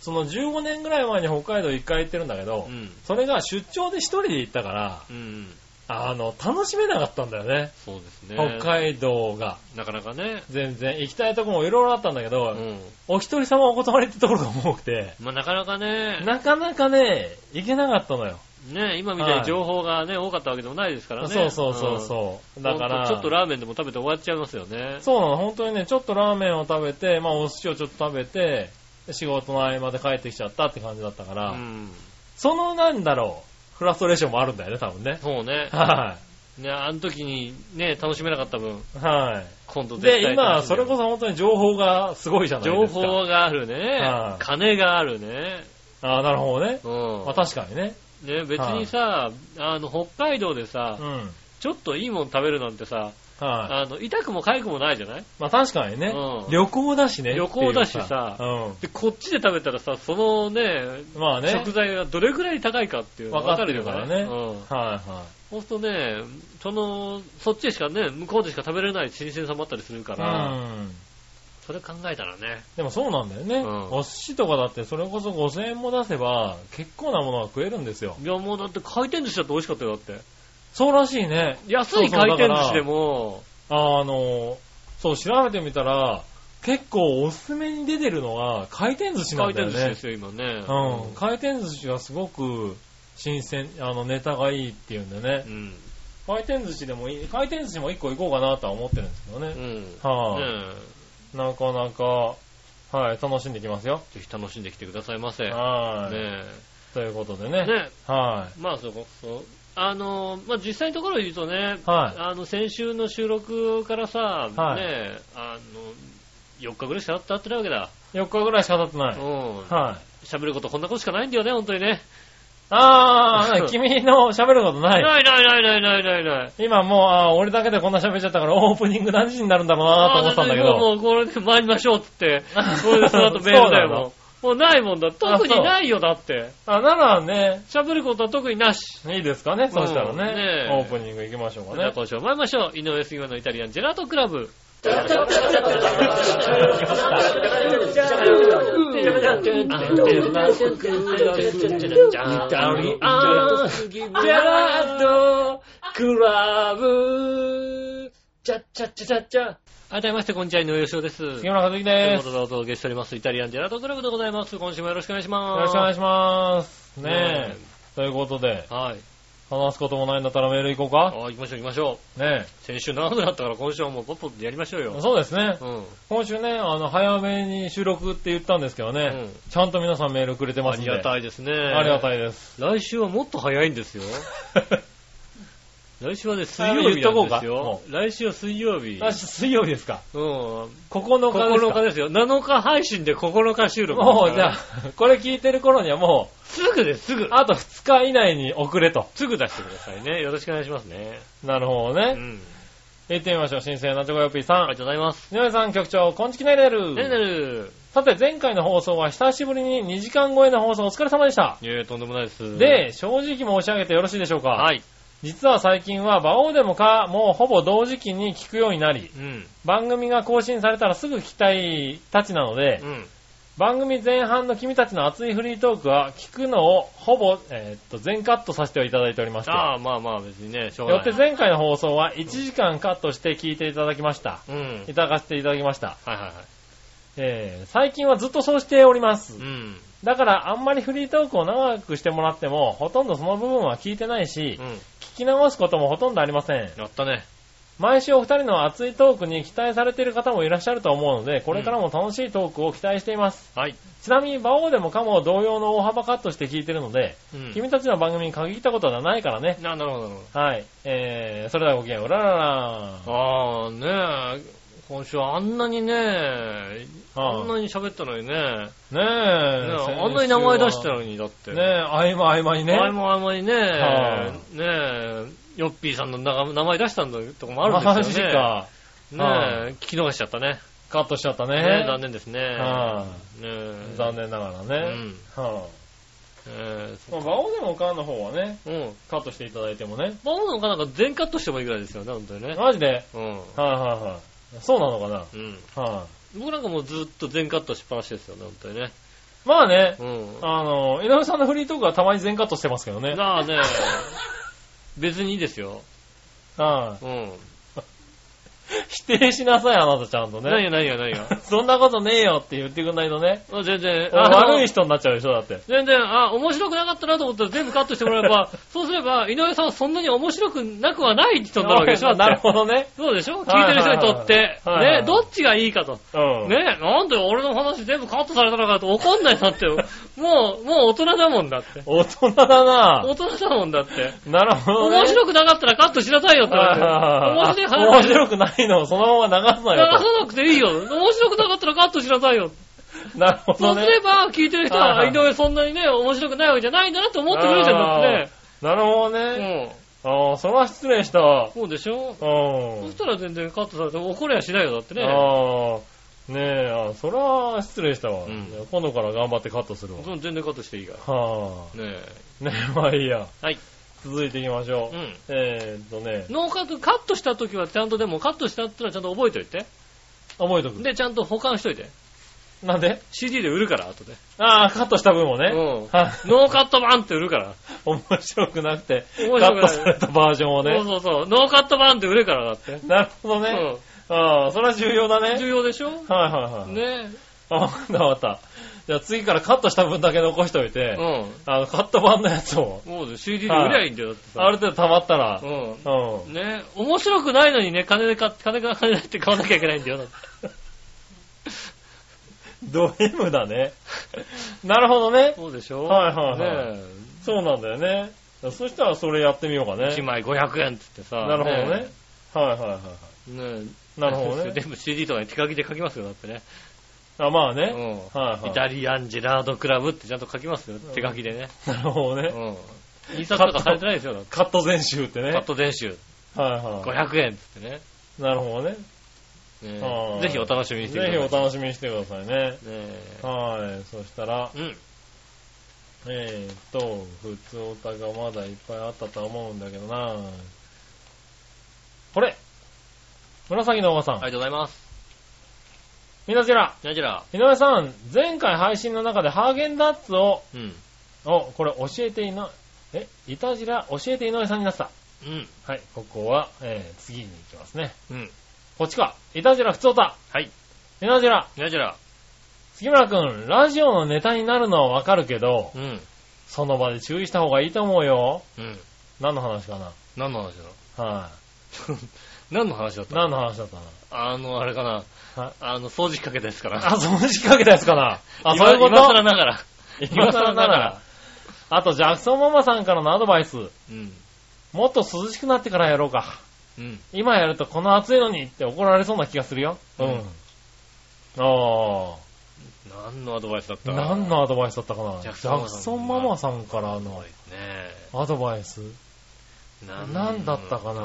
S3: その15年ぐらい前に北海道一回行ってるんだけど、
S2: うん。
S3: それが出張で一人で行ったから、
S2: うん。
S3: あの、楽しめなかったんだよね。
S2: そうですね。
S3: 北海道が。
S2: なかなかね。
S3: 全然、行きたいとこもいろいろあったんだけど、
S2: うん。
S3: お一人様お断りってところが多くて、
S2: まあなかなかね、
S3: なかなかね、行けなかったのよ。
S2: ね、今みたいに情報がね、多かったわけでもないですからね。
S3: そうそうそうそう。
S2: うん
S3: だから、
S2: ほんとちょっとラーメンでも食べて終わっちゃいますよね。
S3: そうなの、本当にね、ちょっとラーメンを食べて、まあお寿司をちょっと食べて、仕事の合間で帰ってきちゃったって感じだったから、
S2: ん。
S3: そのなんだろう、フラストレーションもあるんだよね、多分ね。
S2: そうね。
S3: は
S2: ね、あの時にね、楽しめなかった分、
S3: い。は
S2: 今度
S3: い。
S2: 絶対
S3: で、今、それこ
S2: そ、
S3: そ本当に情報がすごいじゃない
S2: 情
S3: ですか。
S2: 報があるね
S3: は。い
S2: 金があるね。
S3: ああ、なるほどね。
S2: う
S3: まあ確かにね。
S2: ん。ね、別にさ、あの、北海道でさ
S3: う、ん。
S2: ちょっといいもん食べるなんてさ、
S3: はい。
S2: あの、痛くも痒くもないじゃない
S3: まあ確かにね
S2: うん。
S3: 旅行だしね。
S2: 旅行だしさ
S3: っていう
S2: で、こっちで食べたらさ、そのね、
S3: うん。まあね。
S2: 食材がどれくらい高いかっていうのが
S3: わかってる
S2: わ
S3: から
S2: じゃない
S3: ね。
S2: うん。
S3: はいは
S2: そうするとね、その、そっちでしかね、向こうでしか食べれない新鮮さもあったりするか
S3: い。う
S2: ら、
S3: ん。
S2: それ考えたらね、
S3: でもそうなんだよね。
S2: うん
S3: お寿司とかだってそれこそ5000円も出せば結構なものが食えるんですよ。
S2: いやもうだって回転寿司だって美味しかったよ、だって。
S3: そうらしいね。
S2: 安い
S3: そうそう
S2: 回
S3: だ
S2: 転
S3: から
S2: 寿司でも、
S3: あの、そう、調べてみたら、結構おすすめに出てるのは回転寿司な
S2: 回
S3: んだ
S2: 転寿
S3: よ
S2: 司で
S3: ね。
S2: すよ、今ね。
S3: うん。回転寿司がすごく新鮮、あの、ネタがいいっていうんでね
S2: う。ん。
S3: 回転寿司でもいい、回転寿司も一個行こうかなとは思ってるんですけどね
S2: う。ん。ね
S3: は
S2: え
S3: い。なかなか、はい、楽しんできますよ。
S2: ぜひ楽しんできてくださいませ。ね
S3: はい。
S2: え。
S3: ということで
S2: ね
S3: ね。
S2: え
S3: は
S2: まあそこ、そう。あの、まあ実際のところ言うとね、
S3: い。はい。
S2: あの、先週の収録からさ、
S3: はい
S2: ねえ、あの、4日ぐらいしか経ってないわけだ。
S3: 4日ぐらいしか経ってな
S2: う
S3: い。
S2: ん。
S3: はい。
S2: 喋ることこんなことしかないんだよね、本当にね。
S3: あ ー、君の喋ることない。
S2: ないないないないないないない。
S3: 今もう、あー俺だけでこんな喋っちゃったからオープニング何時になるんだろうなと思ってたんだけ
S2: あも
S3: ど。
S2: うこれで参りましょうってって、これでその後メールだよ、 もう。もうないもんだ。特にないよ、だって。
S3: あ、ならね、
S2: 喋ることは特になし。
S3: いいですかね、そうしたら
S2: うんね
S3: ね。オープニング行きましょうか
S2: じゃあ
S3: ね。
S2: 今週も参りましょう。井上杉村のイタリアンジェラートクラブ。ジェラートクラブちゃっちゃっちゃっちゃっちゃ。改めまして、こんにちは、井上洋です。と
S3: 杉
S2: いう
S3: 村和樹
S2: こ
S3: で
S2: と
S3: す。
S2: で、
S3: よ
S2: どうぞお受けしております。イタリアンジェラートクラブでございます。今週もよろしくお願いします。
S3: ろしくお願いします。
S2: ね
S3: ねえ。ということで、
S2: はい。
S3: 話すこともないんだったらメール行こ
S2: あ行きましょう行きましょ
S3: うか。ね
S2: う。先週長くなったから今週はもうポッポッとやりましょう
S3: え。
S2: よ。
S3: そうですね
S2: う。ん。
S3: 今週ね、あの、早めに収録って言ったんですけどね、
S2: うん
S3: ちゃんと皆さんメールくれてま
S2: あ
S3: すん
S2: り
S3: で。
S2: がたいですね。
S3: ありが
S2: い。
S3: たいです。
S2: 来週はもっと早いんですよ。 来週はね、 水曜日
S3: 言っと
S2: な
S3: こ
S2: ん
S3: う
S2: で
S3: か
S2: すよ
S3: も。
S2: 来週は水曜日。
S3: あ水曜日ですか
S2: うん。
S3: ?9 日です
S2: 9
S3: か
S2: 日ですよ。7日配信で9日収録ですから
S3: もうじゃあ、これ聞いてる頃にはも
S2: すぐです、すぐ
S3: う、。あと2日以内に遅れと。
S2: すぐ出してくださいね。よろしくお願いしますね。
S3: なる
S2: う
S3: ほどね。
S2: ん。
S3: 行ってみましょう。新鮮なチョコヨッピーさ
S2: ありが
S3: ん。
S2: とうございます。
S3: 井上さん局長、こんちきねるねる。
S2: ねるねる。
S3: さて、前回の放送は久しぶりに2時間超えの放送お疲れ様でした。
S2: いえ、とんでもないです。
S3: で、、正直申し上げてよろしいでしょうか。
S2: はい。
S3: 実は最近は、馬王でもか、もうほぼ同時期に聞くようになり、
S2: うん。
S3: 番組が更新されたらすぐ聞きたいたちなので、
S2: うん。
S3: 番組前半の君たちの熱いフリートークは、聞くのをほぼ、えーっと、全カットさせていただいておりまして、
S2: ああ、まあまあ、別にね、しょう
S3: よ
S2: が
S3: っ
S2: ない。
S3: て前回の放送は1時間カットして聞いていただきました。
S2: うん。はい
S3: いただかせていただきました。
S2: はいは
S3: えー最近はずっとそうしております
S2: い。う。ん。
S3: だからあんまりフリートークを長くしてもらっても、ほとんどその部分は聞いてないし
S2: う、ん。
S3: 聞き直すこともほとんどありません。
S2: やったね。
S3: 毎週お二人の熱いトークに期待されている方もいらっしゃると思うので、これからも楽しいトークを期待しています。
S2: はい。
S3: ちなみに、馬王でもかも同様の大幅カットして聞いてるので、
S2: うん。
S3: 君たちの番組に限ったことはないからね。
S2: な、なるほど、なる
S3: はい。えー、それではごきげんよう。うららら
S2: ほど。ああ、ねえ。今週あんなにね、あんなに喋ったのにね、ね
S3: ねえ。
S2: えあ
S3: あ
S2: んなに名前出したのに、だって。
S3: ねえ、合間合間にね。
S2: 前もあんまりね、
S3: はい
S2: ねえ、ヨッピーさんの名名前出したんだとこもあるんですよね。
S3: マジか。
S2: ねえ、
S3: は
S2: 聞き逃しちゃったね。
S3: カットしちゃったね。
S2: ねえ残念ですね。
S3: は
S2: ねえ
S3: い残念ながらね。は
S2: うん。えーそ
S3: あ。まあ、馬王でもかの方はね、
S2: うん。
S3: カットしていただいてもね。
S2: バオのかなんか全カットしてもいいぐらいですよね、本当にね。
S3: マジで
S2: うん。
S3: はいはいはい。そうなのかな
S2: うん。
S3: は
S2: 僕なんかもうずっと全カットしっぱなしですよね、本当にね。
S3: い。まあね、
S2: うん。
S3: あの、井上さんのフリートークはたまに全カットしてますけどね。
S2: なあね、別にいいですよ。
S3: は
S2: うん。
S3: い。否定しなさい、あなたちゃんと
S2: 何
S3: ね。
S2: が何が何が。
S3: そんなことねえよって言ってくんないとね。
S2: あ全 然、あの
S3: 悪い人になっちゃうでしょ、だって。
S2: 全然、あ、面白くなかったなと思ったら全部カットしてもらえ ば、そうすれば、井上さんはそんなに面白くなくはない人になるわけでしょだって
S3: なるほどね。
S2: そうでしょ聞
S3: は
S2: て
S3: いいはい
S2: る
S3: はい
S2: 人にとって。
S3: はいはいはい
S2: ね、どっちがいいかと。
S3: うん。
S2: ね、なんで俺の話全部カットされたのかと怒んないなって。もう、もう大人だもんだって。
S3: 大人だな
S2: 大人だもんだって。
S3: なるほどね。
S2: 面白くなかったらカットしなさいよって言われて。面白い
S3: はいはいはい
S2: 話。
S3: 面白くないのをそのまま流すな
S2: 流さ
S3: よ
S2: なくていいよ。面白くなかったらカットしなさいよ。
S3: と。なるほ
S2: そ
S3: ど
S2: うす
S3: ね。
S2: れば、聞いてる人
S3: はい
S2: は、
S3: はい
S2: 井上そんなにね、面白くないわけじゃないんだなって思ってくれるじゃん、だって
S3: なるほどね。
S2: ね。うん。
S3: ああ、それは失礼した。
S2: そうでしょ
S3: う
S2: そ
S3: ん
S2: し。たら全然カットされて怒りはしないよ、だってね。
S3: ああ、ねえ、あそれは失礼したわ、
S2: うん
S3: じゃあ今度から頑張ってカットするわ。
S2: うん全然カットしていいから。
S3: は
S2: ねえ。
S3: あ。ね え、まあいいや。
S2: はい。
S3: 続いていきましょう。
S2: うん
S3: えーっとね、
S2: ノーカット、カットした時はちゃんとでも、カットしたってのはちゃんと覚えておいて。
S3: 覚えとく。
S2: で、ちゃんと保管しといて。
S3: なんで
S2: CD で売るから、後で。
S3: ああ、カットした分を
S2: う
S3: ね。
S2: ん。
S3: はい。
S2: ノーカット版って売るから。
S3: 面白くなくて、カ
S2: 面白くな
S3: ット
S2: い
S3: されたバージョンを
S2: そう
S3: ね。
S2: そうそう。ノーカット版って売るからだって。
S3: なるほどね。
S2: う
S3: ああ、それは重要だ
S2: ん。重
S3: ね。
S2: 要でしょ
S3: はいはいはい。
S2: ね
S3: あ、わかったわかった。じゃあ次からカットした分だけ残しといて、
S2: え。うん。
S3: あの、カット版のやつを、
S2: もう CD で売りゃいいんだよ、だってさ。
S3: ある程度溜まったら、
S2: うん。
S3: うん。
S2: ね面白くないのにね、金で買って、金が金だって買わなきゃいけないんだ よ。だって
S3: ド M だね。 なるほどね。
S2: そうでしょ
S3: はいはいはい
S2: ね
S3: そうなんだよね。そしたらそれやってみようか
S2: え
S3: ね。
S2: 1枚500円って言ってさ。
S3: なるほどね。はいはいは
S2: え。ね
S3: い。
S2: え
S3: なるほど ね。
S2: 全部 CD とかに手書きで書きますよ、だってね。
S3: あ、まあ
S2: う
S3: ね。
S2: ん。
S3: はいは
S2: イタリアンジェラードクラブってちゃんと書きますよ、手書きでね。
S3: い。なるほどね。
S2: うん。印刷とかされてないですよ、だって
S3: カット全集ってね。
S2: カ
S3: は
S2: ット全集
S3: いは
S2: 500円ってね。
S3: い。なるほどね。
S2: ね
S3: は
S2: え
S3: い
S2: ぜひお楽しみにしてくださ
S3: ぜひ
S2: い。
S3: お楽しみにしてくださいね。
S2: ね
S3: はい。そしたら、
S2: えうん。
S3: えーっと、普通オタがまだいっぱいあったとは思うんだけどなこれ紫のおばさん。
S2: ありがとうございます。
S3: みなじら、
S2: じゃあじゃあ。
S3: 井上さん、前回配信の中でハーゲンダッツを
S2: うん。
S3: お、これ教えていな、え、いたじら教えて井上さんになってた。
S2: うん。
S3: はい、ここは、えー、次に行きますね。
S2: うん。
S3: こっちか。イタジラ、ふつおた。
S2: はい。
S3: エナジラ、
S2: やじら。
S3: 杉村くん、ラジオのネタになるのはわかるけど、
S2: うん。
S3: その場で注意した方がいいと思うよ。
S2: うん。
S3: 何の話かな。
S2: 何の話だろう
S3: は
S2: 何の 話だっ
S3: い。
S2: た
S3: 何の話だったか
S2: あの、あれかな。
S3: な。はい。
S2: あの、掃除機かけたやつかな。
S3: あ、その仕掛けたやつかな。あ、
S2: 今
S3: そういうこと
S2: 今更ながら。
S3: 今更な
S2: 今更なが
S3: ら
S2: ら。
S3: あと、ジャクソンママさんからのアドバイス。
S2: うん。
S3: もっと涼しくなってからやろうか。
S2: うん。
S3: 今やるとこの暑いのにって怒られそうな気がするよ。
S2: うん。
S3: ああ。
S2: 何のアドバイスだった
S3: 何のアドバイスだったかな。
S2: ジ
S3: ジ
S2: ャ
S3: ャ
S2: クソンママさん
S3: クソンママさんからの
S2: ねえ。
S3: アドバイス。何だったかな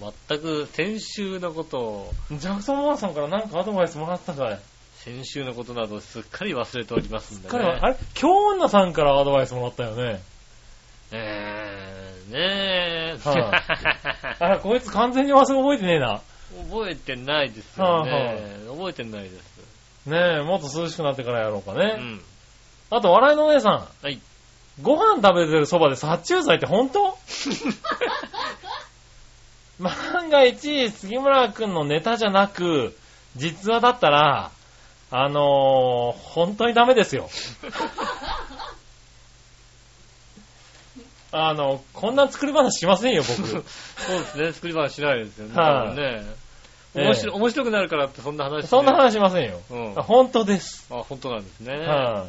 S2: もう全く先週のことを、
S3: ジャクソンママさんからなんかアドバイスもらったかい。
S2: 先週のことなどすっかり忘れておりますんでね。
S3: 彼は、あれ京女さんからアドバイスもらったよね。
S2: えー、ねえ、
S3: はあれ、こいつ完全に忘れ覚えてねえな。
S2: 覚えてないですよね。覚えてないです。
S3: ねえ、もっと涼しくなってからやろうか
S2: う
S3: ね。
S2: ん。
S3: あと、笑いのお姉さん。
S2: はい。
S3: ご飯食べてるそばで殺虫剤って本当万が一、杉村くんのネタじゃなく、実話だったら、あのー、本当にダメで すよ。あの、こんな作り話しませんよ、僕。
S2: そうですね、作り話しないですよね。
S3: はい
S2: 多分ね。
S3: ええ
S2: 面白面白くなるからってそんな話、ね、
S3: そんな話しませんよ。
S2: うん
S3: 本当です。
S2: あ、本当なんですね。
S3: は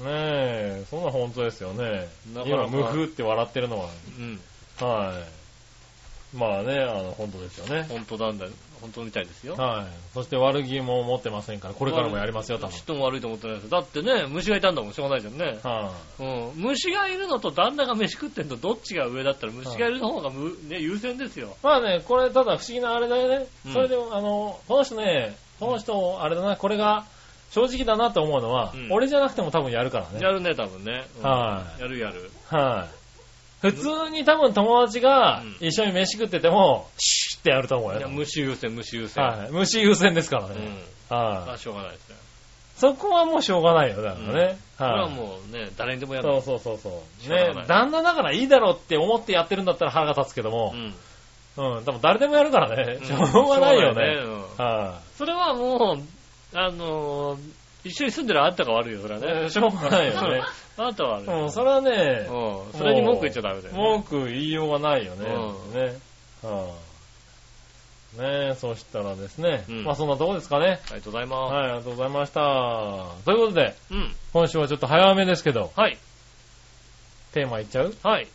S2: うん。
S3: ねえ、そんな本当ですよね。
S2: なかなか
S3: 今、ムフって笑ってるのは。
S2: うん。
S3: はい。まあね、あの、本当ですよね。
S2: 本当なんだ。本当みたいですよ。
S3: はい。そして悪気も持ってませんから、これからもやりますよ、多分
S2: ち。っとも悪いと思ってないです。だってね、虫がいたんだもん、しょうがないじゃんね。
S3: は
S2: うん。虫がいるのと旦那が飯食ってんのどっちが上だったら虫がいるの方がむ、ね、優先ですよ。
S3: い。まあね、これ、ただ不思議なあれだよね。
S2: うん
S3: それで、あの、この人ね、この人、あれだな、これが正直だなと思うのは、
S2: うん
S3: 俺じゃなくても多分やるからね。
S2: やるね、多分ね。うん
S3: はい
S2: やるやる。
S3: はい。普通に多分友達が
S2: うん
S3: 一緒に飯食ってても、シュッってやると思う
S2: いや
S3: よ。
S2: 虫優先、虫優先。
S3: はい。虫優先ですから
S2: う
S3: ね。
S2: ん。ま
S3: は
S2: あ、しょうがないですね。
S3: い。そこはもうしょうがないよ、だからね。
S2: これ
S3: は。
S2: はいもうね、誰にでもやる。
S3: そうそうそうそう。
S2: 仕方
S3: ね
S2: ない、
S3: 旦那だからいいだろうって思ってやってるんだったら腹が立つけども
S2: う、ん。
S3: うん、多分誰でもやるからね、
S2: うん
S3: しょうがないよ
S2: しょうがないね
S3: ね。
S2: うん
S3: は
S2: それはもう、あのー一緒に住んでるあんたが悪いよ、それはね。
S3: い。しょうがないよね。
S2: あなたは悪い。
S3: うん、それはね、
S2: うんそれに文句言っちゃダメだよ、ね。
S3: 文句言いようがないよね。
S2: うん
S3: ね。はいねえ、そしたらですね、
S2: うん
S3: まあそんなとこですかね。
S2: ありがとうございます。
S3: はい、ありがとうございました。ということで、
S2: うん。
S3: 今週はちょっと早めですけど、
S2: はい。
S3: テーマいっちゃう
S2: はい。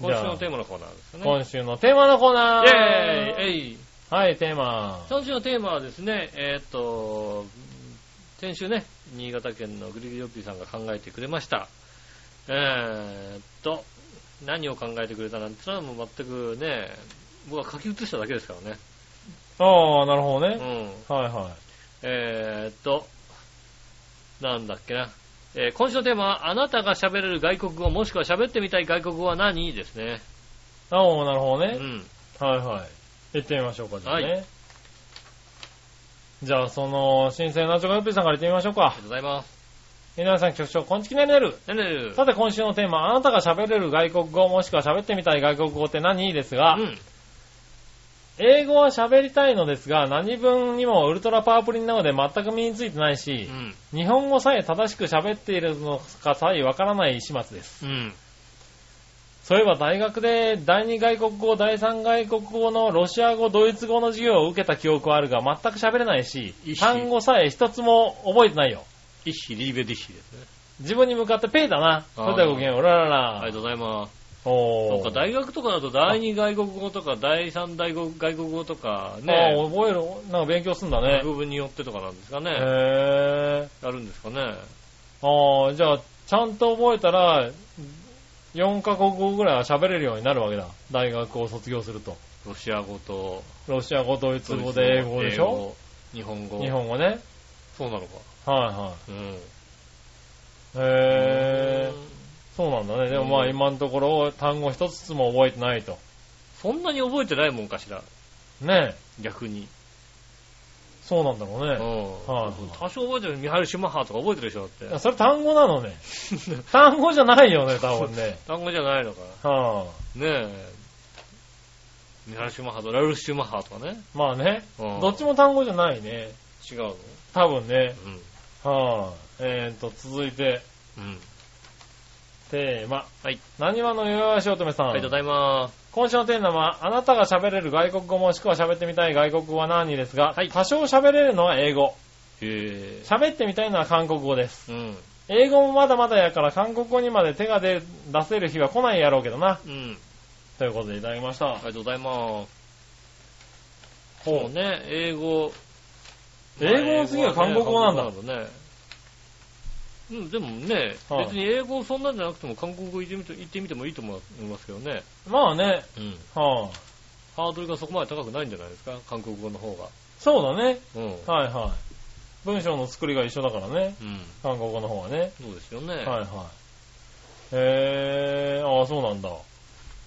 S2: 今
S3: じゃあ
S2: 週のテーマのコーナーですね。
S3: 今週のテーマのコーナー
S2: イェーイえい
S3: はい、テーマ。
S2: 今週のテーマはですね、えーっと、先週ね、新潟県のグリグリヨッピーさんが考えてくれました。えーっと、何を考えてくれたなんてのはもう全くね、僕は書き写しただけですからね。
S3: ああ、なるほど
S2: う
S3: ね。
S2: ん。
S3: はいはい。
S2: えーっと、なんだっけな。えー今週のテーマは、あなたが喋れる外国語、もしくは喋ってみたい外国語は何ですね。
S3: ああ、なるほど
S2: う
S3: ね。
S2: ん。
S3: はいはい。行ってみましょうか、じゃあね。
S2: は
S3: じゃあ、その、新鮮なチョコヨッピーさんから行ってみましょう
S2: ありが
S3: か
S2: と。うございます。
S3: 皆さん、局長、こんちきなりなる。
S2: ねねね
S3: さて、今週のテーマ、あなたが喋れる外国語、もしくは喋ってみたい外国語って何ですが、
S2: うん。
S3: 英語は喋りたいのですが、何分にもウルトラパワープリンなので全く身についてないし
S2: う、ん。
S3: 日本語さえ正しく喋っているのかさえわからない始末です。
S2: うん。
S3: そういえば大学で第二外国語、第三外国語のロシア語、ドイツ語の授業を受けた記憶はあるが、全く喋れないし
S2: 一、緒
S3: 単語さえ一つも覚えてないよ。
S2: 一匹リーベディッヒですね。
S3: 自分に向かってペイだな。それではごきげんよう、おらら
S2: あり
S3: ら。
S2: がとうございます。
S3: お
S2: そ
S3: ー
S2: うか、大学とかだと第二外国語とか第三大国外国語とか
S3: あ
S2: ね、
S3: ー覚える、なんか勉強すんだね。
S2: 部分によってとかなんですかね。
S3: へ
S2: あるんですかね。
S3: ー。あーじゃあ、ちゃんと覚えたら、4カ国語ぐらいは喋れるようになるわけだ。大学を卒業すると。
S2: ロシア語と、
S3: ロシア語、ドイツ語
S2: ド
S3: で
S2: イ
S3: 英
S2: ツ
S3: 語でしょ
S2: 英語日本語。
S3: 日本語ね。
S2: そうなのか。
S3: はいは
S2: うん。
S3: い。へー。そうなんだね。でも
S2: う
S3: まあ
S2: ん
S3: 今のところ単語一つずつも覚えてないと。
S2: そんなに覚えてないもんかしら、
S3: ねえ。
S2: 逆に。
S3: そうなんだろう
S2: う
S3: ね。
S2: ん。
S3: はい
S2: 多少覚えてる。ミハイル・シュマッハとか覚えてるでしょだ
S3: いや
S2: って。
S3: それ単語な のね。単語じゃないよね、多分ね。
S2: 単語じゃないのか。
S3: は
S2: ねえ。ミハイル・シュマッハとラウル・シュマッハとかね。
S3: あ、まあね、
S2: うん
S3: どっちも単語じゃないね。
S2: 違うの
S3: 多分ね。
S2: うん。
S3: はあ、えーと、続いて、
S2: うん。
S3: テーマ。
S2: はい。
S3: 何話のよよし乙女さん。
S2: ありがとうございま
S3: 今週のテーマは、あなたが喋れる外国語もしくは喋ってみたい外国語は何ですが、多少喋れるのは英語。
S2: す。へ
S3: 喋ってみたいのは韓国語です。
S2: え。うん。
S3: 英語もまだまだやから韓国語にまで手が出る出せる日は来ないやろうけどな。
S2: うん。
S3: ということでいただきました
S2: あり。がとうございます。そうね、英語。
S3: 英語の次は韓国語なんだ
S2: まあ英語はね韓国語なんだね。うん、でもね、
S3: はい
S2: 別に英語そんなんじゃなくても韓国語行ってみて行ってみてもいいと思いますけどね。
S3: まあね、
S2: うん。
S3: はあ、
S2: ハードルがそこまで高くないんじゃないですか、韓国語の方が。
S3: そうだね。
S2: うん。
S3: はいはい。文章の作りが一緒だからね。
S2: うん。
S3: 韓国語の方はね。
S2: そうですよね。
S3: はいはい。へえー、ああ、そうなんだ。はい、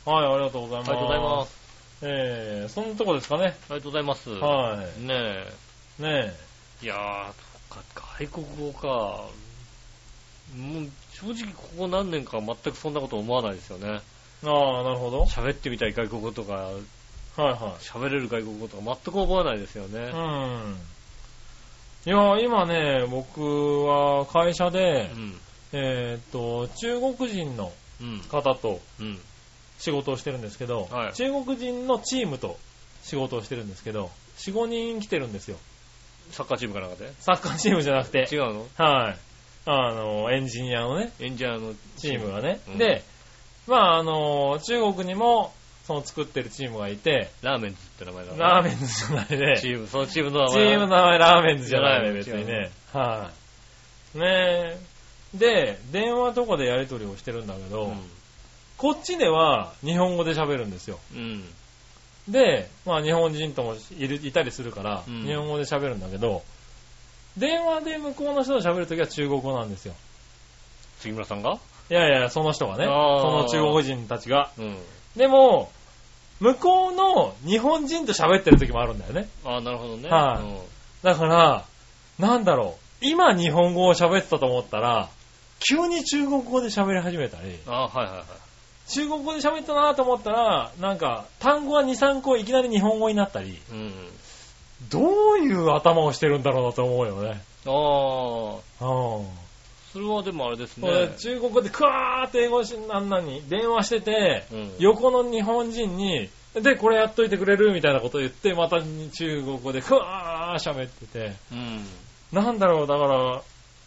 S3: ありがとうござ
S2: あ
S3: いま
S2: り
S3: す。。
S2: がとうございますす。
S3: えー、そんなとこですかね。
S2: ありがとうございます。
S3: は
S2: ねえ。
S3: い。ね
S2: いやー、そっか、外国語か。もう、正直ここ何年か全くそんなこと思わないですよね。
S3: え。ああ、なるほど。
S2: 喋ってみたい外国語とか、
S3: はいはい。
S2: 喋れる外国語とか全く覚えないですよね。
S3: うん。いや、今ね、僕は会社で
S2: う、ん。
S3: えーっと、中国人の
S2: うん。
S3: 方と
S2: うん。
S3: 仕事をしてるんですけど、
S2: はい
S3: 中国人のチームと仕事をしてるんですけど、4、5人来てるんですよ。
S2: サッカーチームかなんかで
S3: サッカーチームじゃなくて、
S2: 違うの
S3: はい。あの、エンジニアのね、
S2: エンジニアの
S3: チーム。がね。
S2: うん
S3: で、まあ、あの、中国にも、その作ってるチームがいて、
S2: ラーメンズって名前だ
S3: ラー
S2: メ
S3: メンズじゃないね。
S2: チーム、そのチームの名
S3: チ
S2: 前。
S3: ームの名前ラーメンズじゃないね、
S2: 違う
S3: 別に
S2: 違う
S3: ね。はい。ねえ。で、電話とかでやり取りをしてるんだけど、こっちでは日本語で喋るんですよ。
S2: うん。うん。
S3: で、まあ日本人ともいるいたりするから、
S2: うん
S3: 日本語で喋るんだけど、電話で向こうの人と喋るときは中国語なんですよ。
S2: 杉村さんが
S3: いやいや、その人がね、そ
S2: あ
S3: の
S2: ー
S3: 中国人たちが。
S2: うん。
S3: でも、向こうの日本人と喋ってる時もあるんだよね。
S2: ああ、なるほどね。
S3: はい
S2: うん
S3: だから、なんだろう。今日本語を喋ってたと思ったら、急に中国語で喋り始めたり、
S2: ああ、はいはいはい。
S3: 中国語で喋ったなと思ったら、なんか、単語が2、3個いきなり日本語になったり、
S2: うん。
S3: どういう頭をしてるんだろうなと思うよね。
S2: ああ、
S3: う
S2: それはでもあれです
S3: ん。俺
S2: ね。
S3: 中国語でクワーって英語し、なんなに、電話してて、
S2: うん
S3: 横の日本人に、で、これやっといてくれるみたいなことを言って、また中国語でクワー喋ってて、
S2: うん。
S3: なんだろう、だから、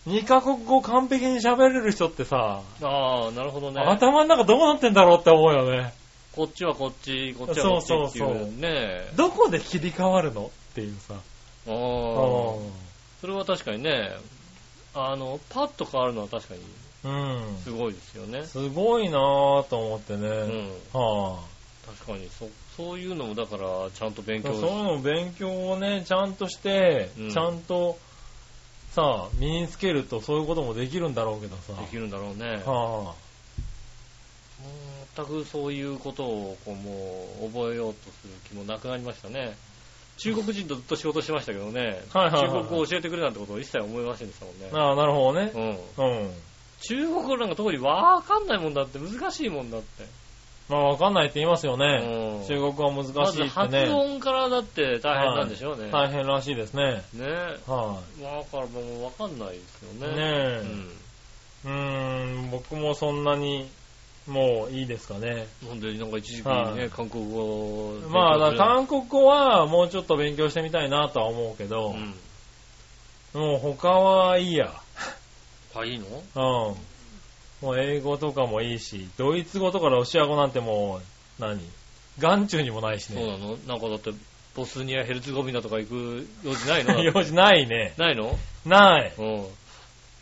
S3: 2カ国語完璧に喋れる人ってさ、
S2: ああ、なるほどね。
S3: 頭の中どうなってんだろうって思うよね。
S2: こっちはこっち、こっちはこっちってい
S3: そうそうそう
S2: うね。
S3: どこで切り替わるのっていうさ。
S2: ああ。
S3: う
S2: それは確かにね、あの、パッと変わるのは確かに
S3: ん。
S2: すごいですよね。
S3: すごいなぁと思って
S2: う
S3: ね。
S2: ん。
S3: は
S2: 確かに、そ、そういうのもだから、ちゃんと勉
S3: ぁ、
S2: 強
S3: そういうの勉強をね、ちゃんとして、
S2: うん
S3: ちゃんと、さ身につけるとそういうこともできるんだろうけどさ。
S2: できるんだろうね。
S3: はぁ、
S2: 全くそういうことを、こう、もう、覚えようとする気もなくなりましたね。中国人とずっと仕事してましたけどね、
S3: はいはいはいはい
S2: 中国語を教えてくれなんてことを一切思いませんでしたもんね。
S3: ああ、なるほどね。
S2: うん。
S3: うん。
S2: 中国語なんか特にわかんないもんだって、難しいもんだって。
S3: まあ、わかんないって言いますよね。
S2: うん
S3: 中国語は難
S2: ま
S3: しい
S2: ず
S3: って
S2: 発
S3: ね。
S2: 音からだって大変なんでしょうね。
S3: 大変らしいですね。
S2: ね
S3: は
S2: まあ、だからもうわかんないですよね。
S3: い、ねえ。
S2: うん。
S3: うーん、僕もそんなに、もういいですかね。
S2: なんで、なんか一時期
S3: は
S2: ね
S3: い、
S2: 韓国語を勉強する
S3: まあ、だから韓国語はもうちょっと勉強してみたいなとは思うけど、
S2: うん。
S3: もう他はいいや。
S2: あ、いいの
S3: うん。もう英語とかもいいし、ドイツ語とかロシア語なんてもう、何眼中にもないし
S2: そうな
S3: ね。
S2: のなんかだって、ボスニア、ヘルツェゴビナとか行く用事ないの
S3: 用事 ないね。
S2: ないの
S3: ない。
S2: うん。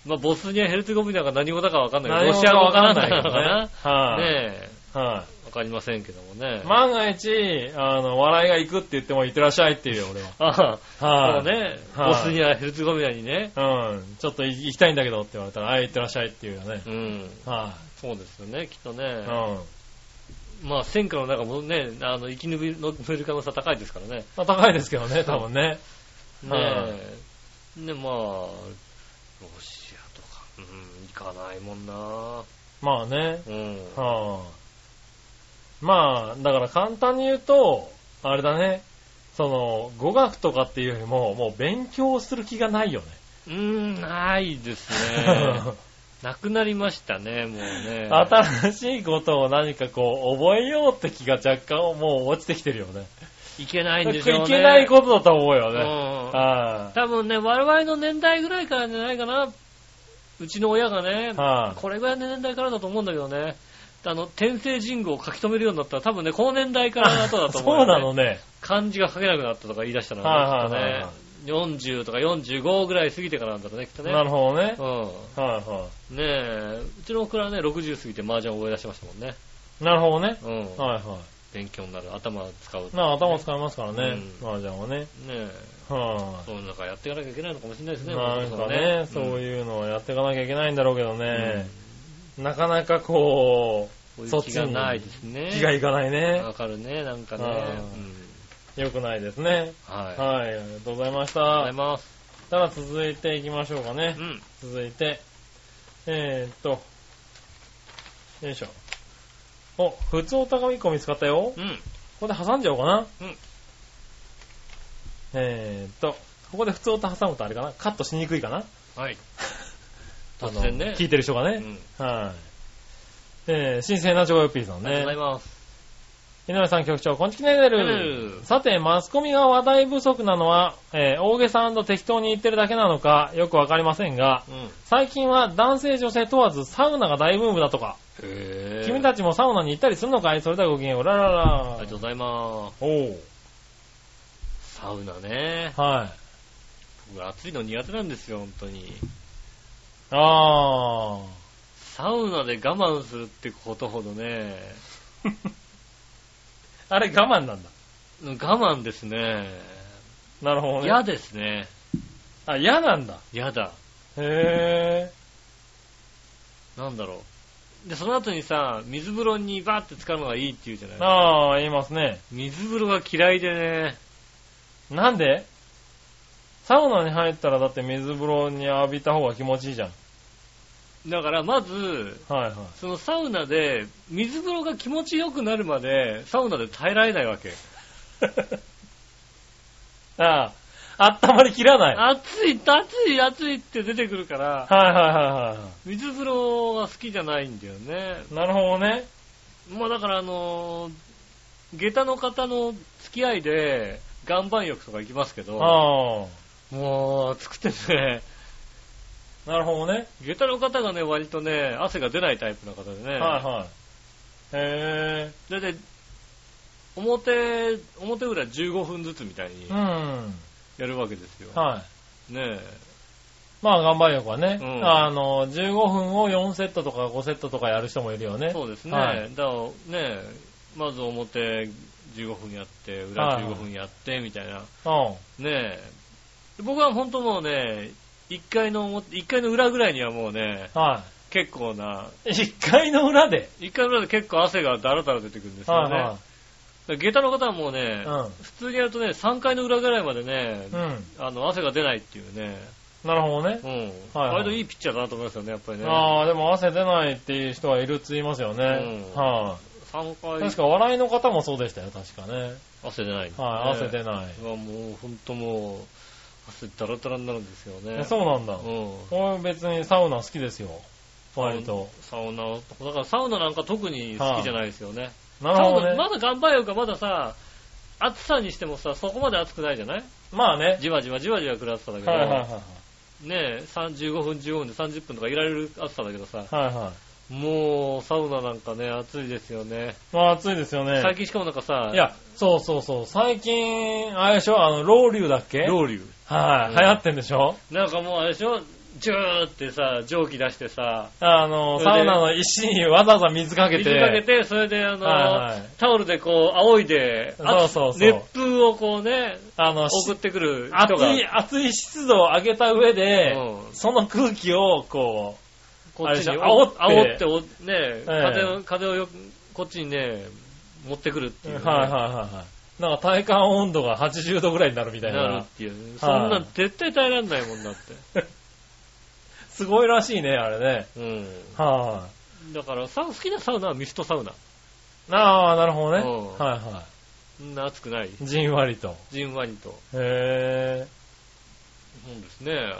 S2: まあ、ボスニア、ヘルツェゴビナが何語だかわかんないけど、
S3: 何
S2: ロ
S3: 語
S2: シア
S3: か
S2: 語わ
S3: わ
S2: か
S3: か
S2: な
S3: ららないい
S2: の
S3: よね
S2: かな
S3: はい
S2: ね
S3: は
S2: え。わかりませんけどもね
S3: い。。万が一、あの、笑いが行くって言っても行ってらっしゃいっていうよ、俺は。
S2: ああ、
S3: は
S2: そ。
S3: いう
S2: ね。
S3: はい
S2: ボスニア、ヘルツェゴビナにね。
S3: うん。ちょっと行きたいんだけどって言われたら、あい、行ってらっしゃいっていうよね。
S2: うん。
S3: は
S2: そうですよね、きっと
S3: い。
S2: ね
S3: う。ん。
S2: まあ、戦火の中もね、あの、生き延びる可能性は高いですからね。
S3: まあ、高いですけどね、多分ね。
S2: ね
S3: は
S2: え。ね、まあ、ロシアとか、うん、行かないもんな
S3: まあね。
S2: うん。
S3: はあ、まあ、だから簡単に言うと、あれだね。その、語学とかっていうよりも、もう勉強する気がないよね。
S2: うーん、ないです ね。なくなりましたね、もうね。
S3: 新しいことを何かこう、覚えようって気が若干もう落ちてきてるよね。
S2: いけないん
S3: い
S2: でしょうね。
S3: けないことだと思うよ
S2: と
S3: ね。
S2: ね。
S3: は
S2: 多分ね、我々の年代ぐらいからじゃないかな。うちの親がね
S3: い、はい
S2: これぐらいの年代からだと思うんだけどね。あの、天聖人語を書き留めるようになったら多分ね、この年代からだとだと思う、
S3: そうなのね。
S2: 漢字が書けなくなったとか言い出したのは、
S3: はい
S2: ね
S3: はいはいはい
S2: きっとね、40とか45ぐらい過ぎてからなんだろうね、きっとね。
S3: なるほどね。
S2: う
S3: はいは
S2: ん。ねえ、うちの子らね、60過ぎて麻雀を覚え出しましたもんね。
S3: い。なるほどね。
S2: うん。
S3: はいは
S2: 勉強になる、頭使う。
S3: い。まあ頭使いますからね。
S2: う
S3: 麻雀はね。
S2: ねえ、
S3: は
S2: そういうのがやっていかなきゃいけないのかもしれないです
S3: い。
S2: ね、
S3: なんかね、そう
S2: いう
S3: いうのをやっていかなきゃいけないんだろうけどね。なかなかこ
S2: こう
S3: う、
S2: い
S3: そうっ
S2: 気
S3: ち
S2: がない
S3: に
S2: ですね。
S3: 気がいかないね。
S2: わかるね、なんかね。
S3: 良くないですね。
S2: うんはい。ありがとう
S3: はい。ありがとうございまし
S2: ござい
S3: た。
S2: ます。
S3: ただ続いていきましょうかね
S2: う。ん。
S3: 続いて、えーっと、よいしょ。お、普通お高み1個見つかったよ。
S2: うん。
S3: ここで挟んじゃおうかな。
S2: うん
S3: えーっと、ここで普通音挟むとあれかなカットしにくいかな
S2: はい。
S3: あ
S2: 突
S3: の
S2: 然ね。
S3: 聞いてる人が
S2: う
S3: ね。
S2: ん。
S3: はい。えー、新鮮なジョーヨッピーさん
S2: ありがとうござい
S3: ね。
S2: ます。
S3: 井上さん局長、こんちきねる
S2: ねる
S3: さて、マスコミが話題不足なのは、えー大げさ適当に言ってるだけなのか、よくわかりませんが、
S2: うん。へ
S3: 最近は男性女性問わずサウナが大ブームだとか、
S2: え。
S3: 君
S2: あ
S3: たちもサウナに行ったりするのかいそれではごきげんよう、ラララ
S2: りがとうございます。
S3: おう。
S2: サウナね。
S3: はい。
S2: 僕暑いの苦手なんですよ、本当に。
S3: あー。
S2: サウナで我慢するってことほどね、
S3: あれ我慢なんだ。
S2: 我慢ですね。
S3: なるほどね。
S2: 嫌ですね。
S3: あ、嫌なんだ。
S2: 嫌だ。
S3: へ
S2: なんだろう。で、その後にさ、水風呂にバーって浸かるのがいいって言うじゃな
S3: ぇー。
S2: い
S3: あー、言いますね。
S2: 水風呂が嫌いでね、
S3: なんでサウナに入ったらだって水風呂に浴びた方が気持ちいいじゃん。
S2: だからまず、
S3: はいはい。
S2: そのサウナで、水風呂が気持ちよくなるまで、サウナで耐えられないわけ。
S3: あー、温まりきらない。はい
S2: 暑い、暑い、暑いって出てくるから、
S3: はいはいは
S2: 水風呂が好きじゃないんだよね。
S3: い。なるほどね。
S2: まあだからあのー下駄の方の付き合いで、岩盤浴とか行きますけど、
S3: あー。
S2: もう暑くてね、
S3: なるほどね。
S2: 下駄の方がね、割とね、汗が出ないタイプの方でね、
S3: はいはい。へ
S2: だいたい、表、表裏15分ずつみたいに
S3: ぇー。うん。
S2: やるわけですよ。
S3: はい。
S2: ね
S3: まあ、頑張りよくはね、
S2: うん
S3: あの、15分を4セットとか5セットとかやる人もいるよ
S2: え。
S3: ね。
S2: そうですね。
S3: はい
S2: だからねえ、まず表15分やって、裏15分やって、みたいな。
S3: うん。
S2: ねえ。で僕は本当もうね、1階の表、1階の裏ぐらいにはもうね、
S3: は
S2: 結構な、
S3: い。1回の裏で。
S2: 1階の裏で結構汗がだらだら出てくるんですよね。
S3: は
S2: だから下駄の方はもうね
S3: い、はい。
S2: 普通にやるとね、3階の裏ぐらいまでね、
S3: うん。うん。
S2: あの、汗が出ないっていうね。
S3: なるほどね。
S2: うん。
S3: はいはい
S2: 割といいピッチャーだなと思いますよね、やっぱりね。
S3: ああ、でも汗出ないっていう人はいるって言いますよね。
S2: うん
S3: は
S2: 3
S3: い、
S2: 回
S3: 確か笑いの方もそうでしたよ、確かね。
S2: 汗出ないんですね
S3: はい、汗出な
S2: うわもう、ほんともう、汗だらだらになるんですよね。
S3: い。そうなんだ。
S2: うん。
S3: 俺別にサウナ好きですよ。割と。
S2: サウナ、だからサウナなんか特に好きじゃないですよね。
S3: なる
S2: サ
S3: ほど
S2: ウナ
S3: ね。
S2: まだ頑張れよか、まださ、暑さにしてもさ、そこまで暑くないじゃない
S3: まあね。
S2: じわじわじわじわ食らってたんだけど、
S3: はいはいはいはい。
S2: ねえ、35分15分で30分とかいられる暑さだけどさ、
S3: はいは
S2: もうサウナなんかね、暑いですよね。
S3: い。まあ暑いですよね。
S2: 最近しかもなんかさ、
S3: いや、そうそうそう。最近、あれでしょあの、ロウリュウだっけ
S2: ロウリュ
S3: はい、
S2: うん
S3: 流行ってんでしょ
S2: なんかもうあれでしょジューってさ、蒸気出してさ、
S3: あの、
S2: それで
S3: サウナの石にわざわざ水かけて。
S2: 水かけて、それであの、
S3: はいはい
S2: タオルでこう、仰いで、
S3: そうそうそう
S2: 熱風をこうね、
S3: あの、
S2: 送ってくる人
S3: 熱
S2: が、
S3: い、熱い湿度を上げた上で、
S2: うん
S3: その空気を、こ
S2: こっちに
S3: あれでしょ
S2: 煽
S3: 煽
S2: っ、煽
S3: ってて
S2: っておね、
S3: ええ
S2: 風を、風をよこっちにね、持ってくるって
S3: う、
S2: いうね、
S3: はいはいはいはい。なんか体感温度が80度ぐらいになるみたい
S2: なる
S3: な
S2: っ。ていう。そんなん絶対耐えられないもんだって。
S3: すごいらしいね、あれね。
S2: うん。
S3: は
S2: だから、サウ好きなサウナはミストサウナ。
S3: い、あ。あーなるほどね。
S2: うん
S3: はいは
S2: そんな暑くない。
S3: い。じんわりと。
S2: じんわりと。
S3: へ
S2: そうですね。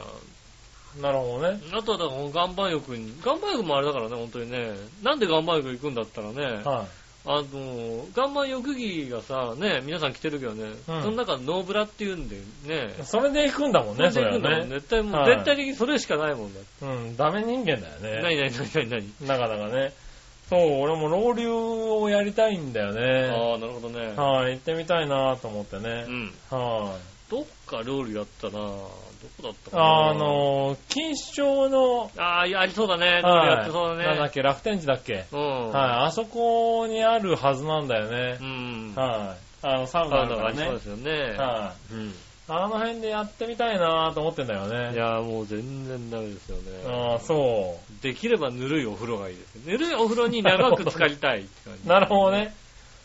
S3: ーなるほどね。
S2: あとはだからこの岩盤浴に、岩盤浴もあれだからね、本当にね。なんで岩盤浴行くんだったらね、
S3: はい、
S2: あの、岩盤浴着がさ、ね、皆さん着てるけどね、その中ノーブラっていうんでね、
S3: それで行くんだもんね、そ
S2: れ
S3: れ
S2: で行くんだ
S3: は
S2: もん
S3: ね。
S2: 絶対もう、
S3: はい
S2: 絶対的にそれしかないもんだって。
S3: うん、ダメ人間だよね。
S2: 何何何何何
S3: なかなかね。そう、俺も老流をやりたいんだよね。
S2: ああ、なるほどね。
S3: はい、行ってみたいなと思ってね
S2: う。ん。
S3: はい、
S2: どっか料理やったなどこだったかな
S3: あ、の、錦糸町の、
S2: ああ、いやありそうだね。料理やっ
S3: は
S2: てそう
S3: い、
S2: だ
S3: なんだ
S2: ね
S3: っ。け、楽天地だっけ。
S2: うん。
S3: はい、あそこにあるはずなんだよね
S2: う。ん。
S3: はい、あの、サ
S2: サ
S3: ウナ
S2: ウナ
S3: と
S2: があり
S3: か
S2: そう
S3: ね
S2: で。すよね。
S3: はい、
S2: うん。
S3: あの辺でやってみたいなと思ってんだよ
S2: い
S3: ね。
S2: やーもう全然ダメですよ
S3: ああ、
S2: ね。
S3: そ
S2: できればぬるいお風呂がいいです。ぬるいお風呂に長く浸かりたいって感
S3: う。
S2: じ。
S3: なるほどね。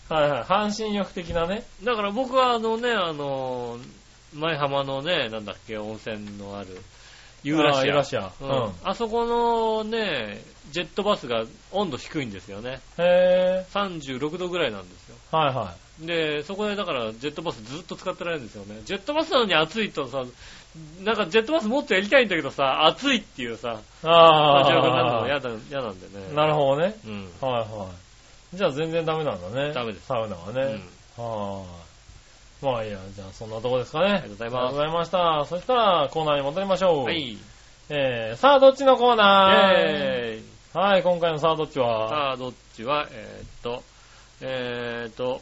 S3: はいはい。半身浴的なね。
S2: だから僕はあのね、あのー、前浜のね、なんだっけ、温泉のある、ユーラシ
S3: あ
S2: ア。
S3: ーユーラシア。う。
S2: うんん。あそこのね、ジェットバスが温度低いんですよね。
S3: へえ。
S2: 36度ぐらいなんですよ。
S3: はいは
S2: で、そこでだからジェットバスずっと使ってられるんですよね。ジェットバスなのに暑いとさ、なんかジェットバスもっとやりたいんだけどさ、暑いっていうさ、感じ
S3: い。
S2: がなん
S3: あ
S2: か
S3: あ。
S2: 嫌だ、嫌なんでね。
S3: なるほどね。
S2: うん。
S3: はいはい。じゃあ全然ダメなんだね。
S2: ダメです
S3: サウナは
S2: う
S3: ね
S2: ん。
S3: はーい。まあいいや、じゃあそんなとこですかね。あり
S2: がとうございます
S3: ありがとうございました。そしたらコーナーに戻りましょう。
S2: は。い。
S3: えー、さあどっちのコーナー
S2: えー
S3: はい、今回のさあどっち
S2: イ。
S3: は
S2: さあ、どっちは、えーっと、えーっと、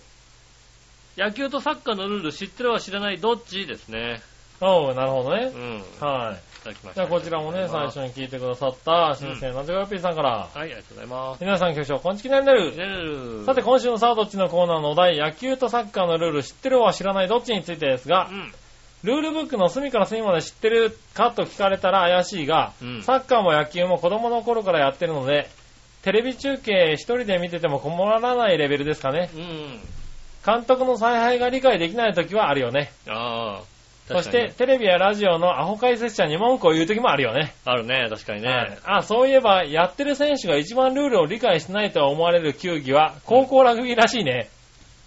S2: 野球とサッカーのルール知ってるは知らないどっちですね。
S3: おう、なるほどね
S2: う。ん。い
S3: はい。
S2: ただきました。
S3: じゃあこちらもね、最初に聞いてくださった、新生なんとかよっぴーさんから。
S2: はい、ありがとうございます。
S3: 皆さん、挙手をこんちきなりなる。さて、
S2: こ
S3: 今週のさあどっちのコーナーのお題、野球とサッカーのルール知ってるは知らないどっちについてですが
S2: う、ん。
S3: ルールブックの隅から隅まで知ってるかと聞かれたら怪しいが、
S2: うん
S3: サッカーも野球も子供の頃からやってるので、テレビ中継一人で見てても困らないレベルですかね。
S2: うん。
S3: 監督の采配が理解できない時はあるよね。
S2: ああ。
S3: そし
S2: 確かに
S3: て
S2: ね、
S3: テレビやラジオのアホ解説者に文句を言う時もあるよね。
S2: あるね、確かに
S3: はい
S2: ね。
S3: あ、そういえば、やってる選手が一番ルールを理解してないとは思われる球技は、高校ラグビーらしいね。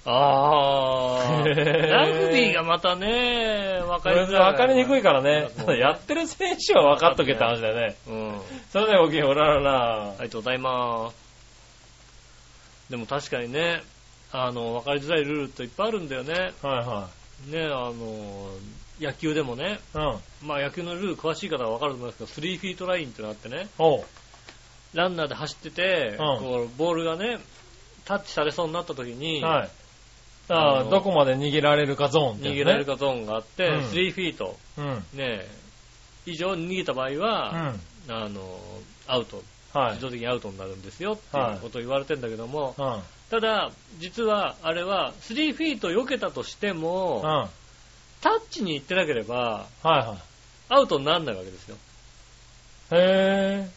S2: ああ。
S3: へー
S2: ラグビーがまたね、わか
S3: こ
S2: り
S3: れ
S2: づらい。
S3: 分かりにくいからね。
S2: そう
S3: ただやってる選手は分かっとけって話だよね。
S2: うん。あ
S3: それではごきげんよう、おららら。
S2: りがとうございます。でも確かにね、あの、わかりづらいルールっていっぱいあるんだよね。
S3: はいは
S2: ね、あの、野球でもね、
S3: い。うん。
S2: まあ野球のルール詳しい方はわかると思いますけど、スリーフィートラインってのがあってね、
S3: おう。
S2: ランナーで走ってて、
S3: うん
S2: こうボールがね、タッチされそうになった時に、
S3: はい。あ
S2: あ
S3: あ、
S2: の
S3: どこまで逃げられるかゾーンってやつね
S2: 逃げられる。かゾーンがあって、
S3: うん
S2: 3フィート、
S3: うん。うん。
S2: ね、以上に逃げた場合は、あの、アウト、
S3: はい
S2: 自。動的にアウトになるんですよっていうことを言われてんだけども、
S3: うん。
S2: ただ、実はあれは、3フィート避けたとして
S3: うん。
S2: も、
S3: はい
S2: タッチに行ってなければ、
S3: は
S2: アウトにならないわけですよ。
S3: い。へ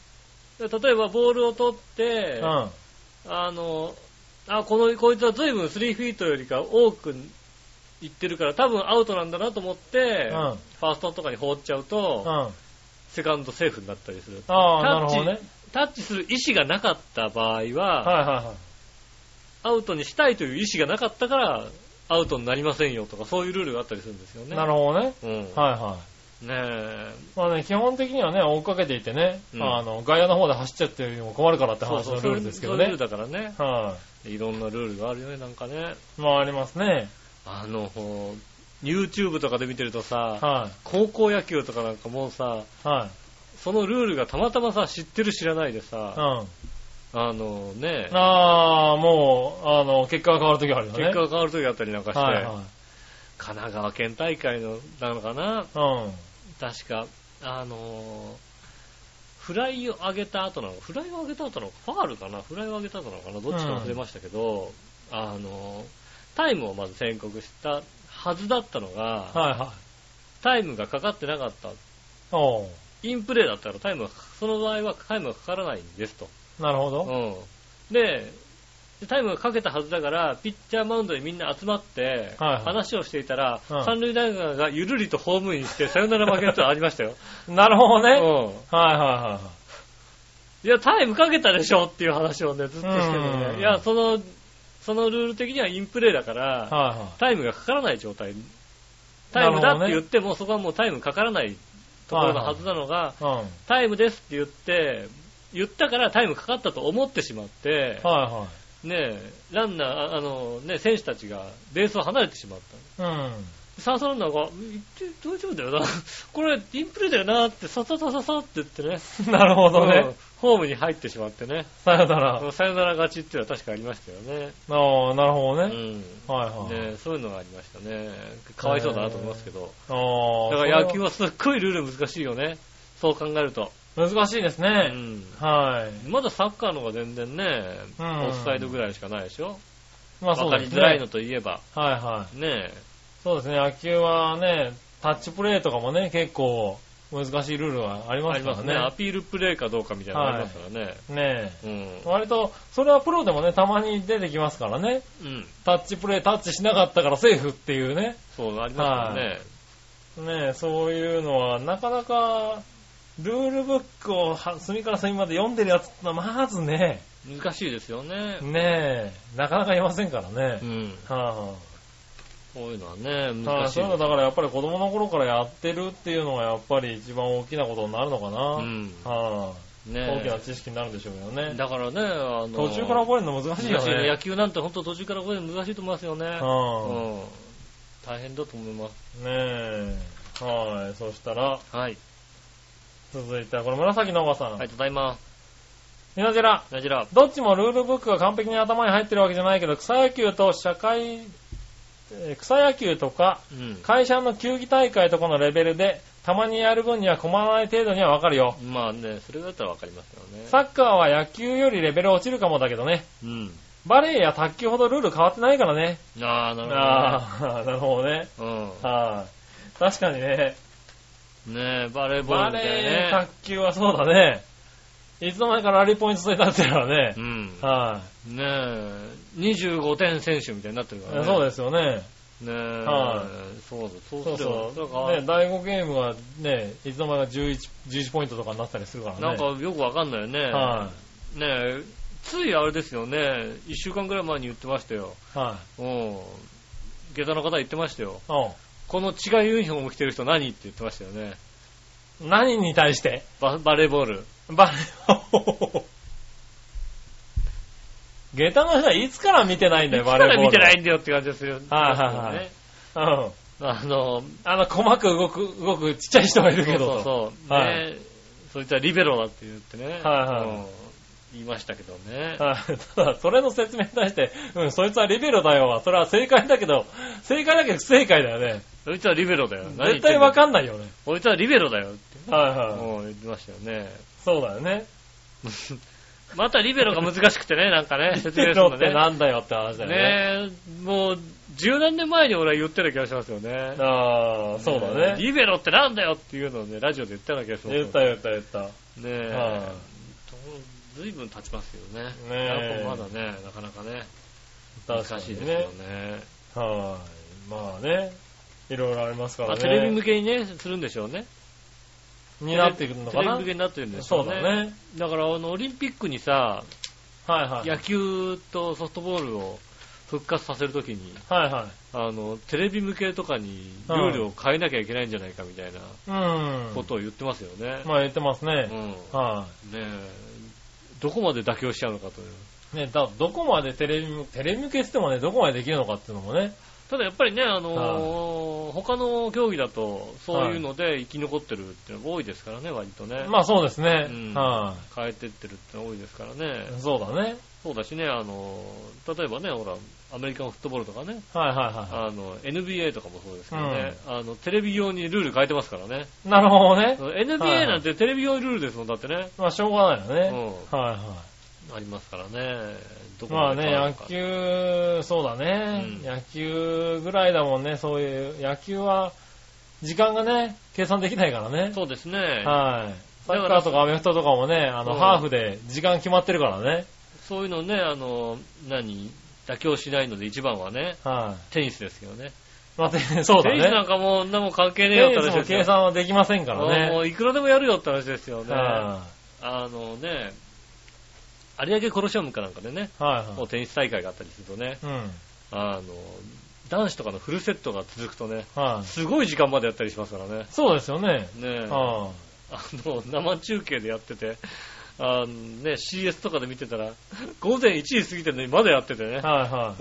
S2: で例えば、ボールを取って、
S3: え。うん。
S2: あの、あ、この、こいつは随分3フィートよりか多く行ってるから、多分アウトなんだなと思って、
S3: うん
S2: ファーストとかに放っちゃうと、
S3: うん。
S2: セカンドセーフになったりする。
S3: ああ、
S2: タ
S3: な
S2: ッ
S3: る
S2: チ
S3: ほどね。
S2: タッチする意思がなかった場合は、
S3: はいはいはい。
S2: アウトにしたいという意思がなかったから、アウトになりませんよとか、そういうルールがあったりするんですよね。
S3: なるほどね。
S2: うん。
S3: はいはい。
S2: ねえ。
S3: まあね、基本的にはね、追っかけていてね、
S2: うん
S3: あの、外野の方で走っちゃってるよりも困るからって話のルールですけどね。
S2: そういうルールだからね。
S3: はい
S2: ろんなルールがあるよね、なんかね。
S3: い。まあありますね。
S2: あの、ほう YouTube とかで見てるとさ、
S3: は
S2: 高校野球とかなんかもうさ、
S3: い。はい。
S2: そのルールがたまたまさ、知ってる知らないでさ、
S3: うん。
S2: あのね、
S3: ああ、もう、あの、結果が変わるときあるよね。
S2: 結果が変わる時あったりなんかして、
S3: はいはい。
S2: 神奈川県大会の、なのかな
S3: うん。
S2: 確か、あのーフライを上げた後なのフライを上げた後なのファールかなフライを上げた後なのかなどっちか忘れましたけど、あのータイムをまず宣告したはずだったのが、
S3: はいはい。
S2: タイムがかかってなかった。
S3: おう
S2: インプレーだったらタイムが、その場合はタイムがかからないんですと。
S3: なるほど。
S2: うん。で、でタイムがかけたはずだから、ピッチャーマウンドにみんな集まって、
S3: はいはい
S2: 話をしていたら、
S3: うん
S2: 三塁ランナーがゆるりとホームインして、サヨナラ負けの人ありましたよ。
S3: なるほどね。はい
S2: うん
S3: はいはいはい。
S2: いや、タイムかけたでしょっていう話をね、ずっとしてるの
S3: う
S2: ね。
S3: ん
S2: いや、その、そのルール的にはインプレーだから、
S3: はいは
S2: タイムがかからない状態。タイムだって言っても、そこはもうタイムかからないところのはずなのが、
S3: い。うん。はい
S2: タイムですって言って、言ったからタイムかかったと思ってしまって、
S3: は
S2: ねえ、ランナー、ああの、ね、選手たちがベースを離れてしまった。
S3: い。うん。
S2: サーサランナーが、言って大丈夫だよな。 これ、インプレーだよなって、さささささって言ってね。
S3: なるほど
S2: うん
S3: ね。
S2: ホームに入ってしまってね。
S3: さよなら。
S2: サヨナラ勝ちっていうのは確かありましたよね。
S3: ああ、なるほど
S2: う
S3: ね。
S2: ん。
S3: はいはい。
S2: ねそういうのがありましたね。かわいそうだなと思いますけど。
S3: あ
S2: だ
S3: あ。
S2: から野球
S3: は
S2: はすっごいルール難しいよね。そう考えると。
S3: 難しいです
S2: う
S3: ね。
S2: ん。
S3: はい。
S2: まだサッカーの方が全然ね、オ
S3: うん
S2: フサイドぐらいしかないでしょ。
S3: まあ
S2: わ
S3: そう
S2: か
S3: で
S2: り
S3: す
S2: づらい
S3: ね
S2: の。といえば。
S3: はいはい。
S2: ね
S3: そうですね。野球はね、タッチプレーとかもね、結構難しいルールがありま
S2: あ
S3: す
S2: り
S3: か
S2: ますね。ア
S3: ら
S2: ピールプレーかどうかみたいなのありますからね。
S3: ね。ね
S2: うん
S3: え。。割と、それはプロでもね、たまに出てきますからね。
S2: うん。
S3: タッチプレー、タッチしなかったからセーフっていうね。
S2: そう、ありますよね。
S3: ねえ、そういうのは、なかなか、ルールブックをは隅から隅まで読んでるやつってのは、まずね、
S2: 難しいですよね。
S3: ねえ、なかなかいませんからね
S2: う。ん。
S3: は
S2: こういうのはね、
S3: い、は
S2: 難
S3: い
S2: しい
S3: そういう
S2: で
S3: の
S2: す。
S3: だからやっぱり子供の頃からやってるっていうのがやっぱり一番大きなことになるのかな。
S2: うん。
S3: はい、
S2: ね
S3: 大きな知識になるんでしょうけどね。
S2: だからね、あの、
S3: 途中から覚えるの難しいよ
S2: 難しいね野
S3: ね。
S2: 球なんて本当途中から覚えるの難しいと思いますよね。う。
S3: うん
S2: 大変だと思います。
S3: ん。ねえ。はい。そしたら、
S2: はい。
S3: 続いてはこれ紫のおばさ
S2: あり
S3: ん。は
S2: が
S3: い。
S2: とうございます。
S3: みなじら。
S2: ナジラ。
S3: どっちもルールブックが完璧に頭に入ってるわけじゃないけど、草野球と社会、えー草野球とか、
S2: うん。
S3: 会社の球技大会とかのレベルで、たまにやる分には困らない程度にはわかるよ。
S2: まあね、それだったらわかりますよね。
S3: サッカーは野球よりレベル落ちるかもだけどね。
S2: うん。
S3: バレーや卓球ほどルール変わってないからね。
S2: ああ、な
S3: ああ、なるほどね。
S2: るほどね。
S3: はい。確かにね。
S2: うん。ねえ、バレーボー
S3: バ
S2: ルみた
S3: レー、
S2: いなね。
S3: 卓球はそうだね。いつの間にかラリーポイント制になってるから
S2: う
S3: ね。
S2: ん。
S3: は
S2: ねえ、25点選手みたいになってる
S3: い
S2: から。ね。
S3: そうですよね。
S2: す。ねえ
S3: は、
S2: そうだ、そう
S3: そう
S2: すれば
S3: そう。
S2: な
S3: ね、
S2: んか、
S3: 第5ゲームはね、いつの間にか11、11ポイントとかになったりするからね。
S2: なんかよくわかんないよね。
S3: は
S2: ねえ、ついあれですよね、1週間ぐらい前に言ってましたよ。
S3: い。はい。
S2: うん。下駄の方言ってましたよ。
S3: う
S2: この違うユニフォーム着てる人何って言ってましたよね。
S3: ん。何に対して
S2: ババレーボール。
S3: バレー、下駄の人はいつから見てないんだよ、
S2: だ
S3: バ
S2: か
S3: レー
S2: ら
S3: ボー
S2: 見
S3: ル。
S2: てないんだよって感じですよ。
S3: はいはいはい
S2: ね
S3: うん。
S2: あの、
S3: あの、細く動く、動くちっちゃい人がいるけど。
S2: そうそうそう。
S3: はい
S2: ね、そいつはリベロだって言ってね。
S3: はいはい
S2: うん言いましたけどね。
S3: はいただ、それの説明に対して、うん、そいつはリベロだよ。それは正解だけど、正解だけど不正解だよね。
S2: そいつはリベロだよ。
S3: 絶対わ
S2: ん
S3: かんないよね。
S2: こいつはリベロだよって、
S3: はいはい。
S2: うん言ってましたよね。
S3: そうだよね。
S2: またリベロが難しくてね、なんかね、
S3: リ
S2: 説
S3: ベ
S2: 明す
S3: ロ
S2: る
S3: っ
S2: の
S3: て
S2: ね。
S3: なんだよって話だよね。
S2: ねえ、もう、十何年前に俺は言ってる気がしますよね。
S3: ああ、そうだね。
S2: リベロってなんだよっていうのをね、ラジオで言ったような気がします。
S3: 言った言った言った。
S2: ねえ、
S3: は
S2: ずいぶん経ちますよね。
S3: ねえ
S2: やっぱまだね、なかなかね、難
S3: 確か
S2: しい
S3: に
S2: です
S3: ね
S2: よ。ね。
S3: はい。まあね。いろいろありますか
S2: ま
S3: ら
S2: あ、
S3: ね。
S2: テレビ向けにね、するんでしょうね。
S3: になってくるのか
S2: テレビ
S3: な
S2: 向けになってるんでしょ
S3: そうう
S2: ね。
S3: だね。
S2: だから、あの、オリンピックにさ、
S3: はいはい。
S2: 野球とソフトボールを復活させるときに、
S3: はいは。
S2: あの、テレビ向けとかにルールを変えなきゃいけないんじゃないかみたいない
S3: うん。
S2: ことを言ってますよね。
S3: まあ言ってますね
S2: う。ん。
S3: は
S2: ねえ、どこまで妥協しちゃうのかという。
S3: い。ね、だ、どこまでテレビ向、テレビ向けしてもね、どこまでできるのかっていうのもね。
S2: ただやっぱりね、あのー他の競技だと、そういうので生き残ってるっていうのが多いですからね、割とね。
S3: まあそうですね
S2: うん。
S3: は
S2: 変えてってるってのが多いですからね。
S3: い。そうだね。
S2: そうだしね、あのー例えばね、ほら、アメリカンフットボールとかね、
S3: はいはいは
S2: あの、NBA とかもそうですけどね、あの、テレビ用にルール変えてますからね。
S3: い。なるほどね。
S2: NBA
S3: はい
S2: なんてテレビ用にルールですもん、だってね。
S3: まあしょうがないよね。
S2: う
S3: はいは
S2: ん。ありますからね。ど
S3: い。
S2: こ
S3: ま
S2: ま
S3: あ
S2: で
S3: ね、
S2: 変わる
S3: 野
S2: か。
S3: 球、そうだね
S2: うん。
S3: 野球ぐらいだもんね、そういう。野球は、時間がね、計算できないからね。
S2: そうですね。
S3: はい。サ
S2: だから
S3: ッカーとかアメフトとかもね、あ
S2: う
S3: の、
S2: ん
S3: ハーフで時間決まってるからね。
S2: そういうのね、あの、何、妥協しないので一番はね、
S3: は
S2: テニスですよね。
S3: い。まあ、てそうだ
S2: テニスな
S3: ね。
S2: んかもう、なんも関係ねえよ
S3: テ
S2: って
S3: ニス
S2: 話
S3: の
S2: ですよ
S3: 計算はできませんから
S2: も
S3: ね。
S2: ういくらでもやるよって話ですよね。
S3: は
S2: あのね、有明コロシアムかなんかでね、
S3: い。はい
S2: もう
S3: は
S2: テニス大会があったりするとね、
S3: い。うん。
S2: あの、男子とかのフルセットが続くとね、
S3: はい。
S2: すごい時間までやったりしますからね。
S3: そうですよね。
S2: ねえ、あ
S3: は
S2: の、生中継でやってて、あのね、CS とかで見てたら、午前1時過ぎてるのにまだやっててね
S3: い。、はい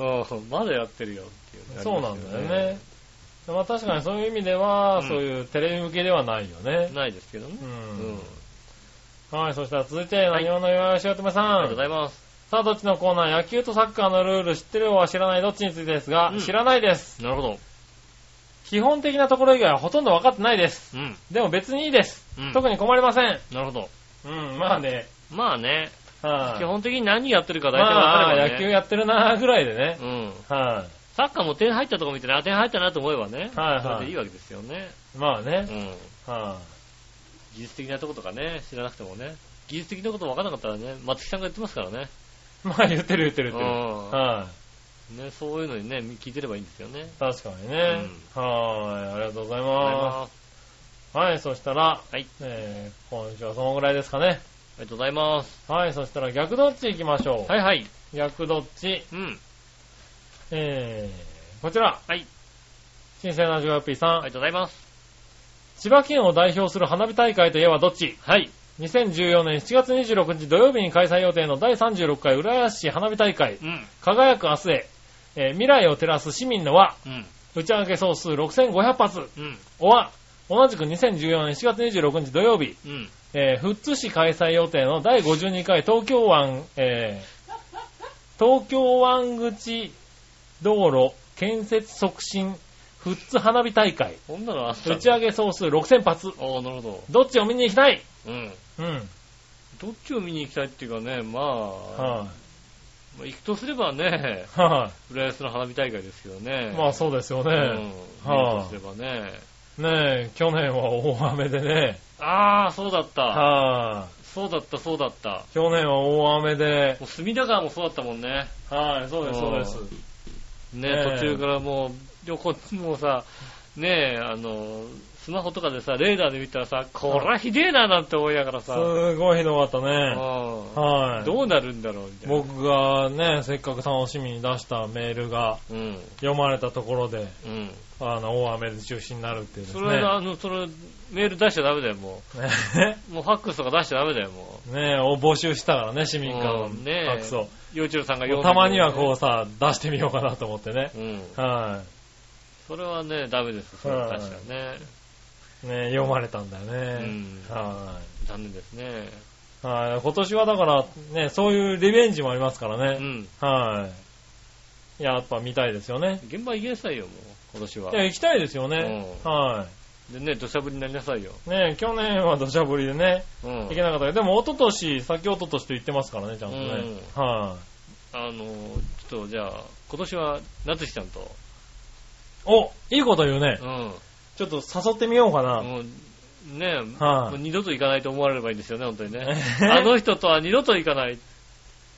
S3: は
S2: うん、まだやってるよっていう、
S3: い。そうなんだよね。。まあ確かにそういう意味では、
S2: うん
S3: そういうテレビ向けではないよね。
S2: ないですけどね。
S3: う
S2: うんん。
S3: はい、そしたら続いて、
S2: はい
S3: 何者よしおとめさん。
S2: ありがとうございます。
S3: さあ、どっちのコーナー野球とサッカーのルール知ってるは知らないどっちについてですが、
S2: うん
S3: 知らないです。
S2: なるほど。
S3: 基本的なところ以外はほとんど分かってないです。
S2: うん。
S3: でも別にいいです。
S2: うん、
S3: 特に困りません。
S2: なるほど。
S3: うん、まあね。
S2: まあね、
S3: はい、
S2: 基本的に何やってるか大
S3: ま
S2: 体わか
S3: あ、
S2: ればね。
S3: 野球やってるなぐらいでね。
S2: うん。
S3: はい、
S2: サッカーも点入ったとこ見てね、あ、点入ったなと思えばね、
S3: はいはい
S2: それでいいわけですよね。
S3: まあ
S2: うん。
S3: ね。はい、
S2: 技術的なとことかね、知らなくてもね。技術的なこと分からなかったらね、松木さんが言ってますからね。
S3: まあ言ってる言ってる言ってる。はい、
S2: うね、そういうのにね、聞いてればいいんですよね。
S3: 確かにね。はい、ありがとうございま
S2: あ
S3: す。はい、そしたら、
S2: はい
S3: えー今週はそのぐらいですかね。
S2: りがとうございます。
S3: はい、そしたら逆どっち行きましょう。
S2: はいはい。
S3: 逆どっち。
S2: うん。
S3: えー、こちら。
S2: はい。
S3: 新鮮なジョヨッピーさん、
S2: ありがとうございます。
S3: 千葉県を代表する花火大会といえばどっち
S2: はい。
S3: ?2014 年7月26日土曜日に開催予定の第36回浦安市花火大会、
S2: うん。
S3: 輝く明日へ、えー未来を照らす市民の輪、
S2: うん。
S3: 打ち上げ総数6500発、
S2: うん。
S3: おは、同じく2014年4月26日土曜日、
S2: うん。
S3: えー富津市開催予定の第52回東京湾、えー東京湾口道路建設促進富津花火大会、
S2: こんなのあった
S3: 打ち上げ総数6000発、
S2: おー、なるほ
S3: どっちを見に行きたい
S2: ど。うん。
S3: うん。
S2: どっちを見に行きたいっていうかね、まあ、
S3: は
S2: まあ行くとすればね、
S3: い。は
S2: 浦安の花火大会ですよ
S3: い。
S2: ね。
S3: まあそうですよね。
S2: うん。
S3: は
S2: は
S3: あ
S2: あ、すればね。
S3: ねえ、去年は大雨でね。
S2: ああ、そうだった。
S3: は
S2: そうだった、そうだった。
S3: い。去年は大雨で。
S2: もう隅田川もそうだったもんね。
S3: はい、そうです、そうです。
S2: ね、
S3: ねえ
S2: 途中からもう、横、もうさ、ねえ、あの、スマホとかでさ、レーダーで見たらさ、こらひでえななんて思いながらさ、うん
S3: すごいひどかったね。はい。
S2: どうなるんだろうみたいな。
S3: 僕がね、せっかく楽しみに出したメールが
S2: うん。
S3: 読まれたところで、
S2: うん。
S3: あの、大雨で中止になるっていうです
S2: それ、
S3: ね。
S2: あの、それ、メール出しちゃダメだよ、も
S3: ね
S2: う。もうファックスとか出しちゃダメだよ、も
S3: ねえ、を募集したからね、市民館を。
S2: うんねえ。
S3: 隠そう
S2: 洋一郎さんが
S3: う。たまにはこうさ、出してみようかなと思ってね。
S2: う。うん。
S3: は
S2: それはね、ダメです。それは確かにね。
S3: い。ねえ、読まれたんだよ
S2: う
S3: ね。
S2: ん。
S3: はい。
S2: 残念ですね。
S3: はい、今年はだから、ね、そういうリベンジもありますから
S2: う
S3: ね。
S2: ん。
S3: はい。やっぱ見たいですよね。
S2: 現場行きなさいよ、もう、今年はい
S3: や、。行きたいですよね。は
S2: でね、土砂降りになりなさいよ。
S3: い。ね、去年は土砂降りでね、
S2: うん
S3: 行け。なかったけど、でも一昨年、先一昨年と言ってますからね、ちゃんとね。は
S2: あの、ちょっとじゃあ、今年は、なつきちゃんと、
S3: い。お、いいこと言うね
S2: う。ん。
S3: ちょっと誘ってみようか な。
S2: もう、ねえ、
S3: はい
S2: もう二度と行かないと思われればいいんですよね、本当にね。
S3: え
S2: あの人とは二度と行かない。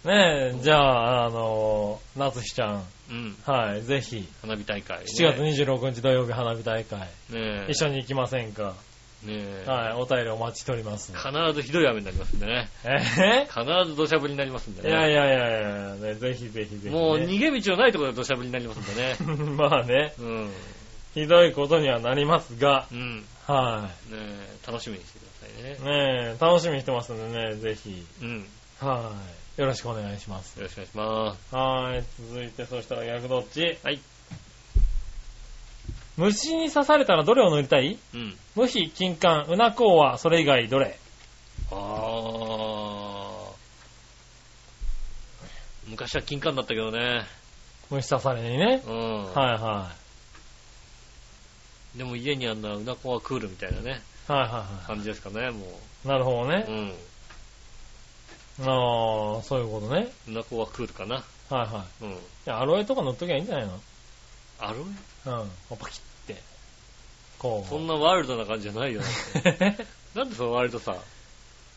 S3: ねじゃあ、あの、夏日ちゃん、
S2: うん。
S3: はい、ぜひ、
S2: 花火大会、ね。
S3: 7月26日土曜日花火大会、
S2: ねえ。
S3: 一緒に行きませんか。
S2: ねえ。
S3: はい、お便りお待ちしております。
S2: 必ずひどい雨になりますんでね。
S3: えへ
S2: 必ず土砂降りになりますんでね。
S3: いやいやいやいや、ね、ぜひぜひぜひ、ね。
S2: もう逃げ道のないところで土砂降りになりますんでね。
S3: まあね、
S2: うん。
S3: ひどいことにはなりますが、
S2: うん。ね
S3: は
S2: え、楽しみにしてくださいね
S3: い。。ねえ、楽しみにしてますんでね、ぜひ、
S2: うん。よ
S3: はい。よろしくお願いします。
S2: ろしくお願いします。
S3: はい、続いて、そしたら逆どっち
S2: はい。
S3: 虫に刺されたらどれを塗りたい
S2: うん。
S3: 無比、金柑、うなこうは、それ以外どれ
S2: あー。昔は金柑だったけどね。
S3: 虫刺されにね。
S2: うん。
S3: はいは
S2: でも家にあんなうなこはクールみたいなね、
S3: い。はいはいは
S2: 感じですかね、も
S3: い。なるほど
S2: う。う
S3: ね。
S2: ん。
S3: ああ、そういうことね。
S2: うなこはクールかな。
S3: はいはい。い
S2: うん。
S3: やアロエとか塗っときゃいいんじゃないの
S2: ある
S3: うん。パキって。こう。
S2: そんなワイルドな感じじゃないよ。なんでその割とさ、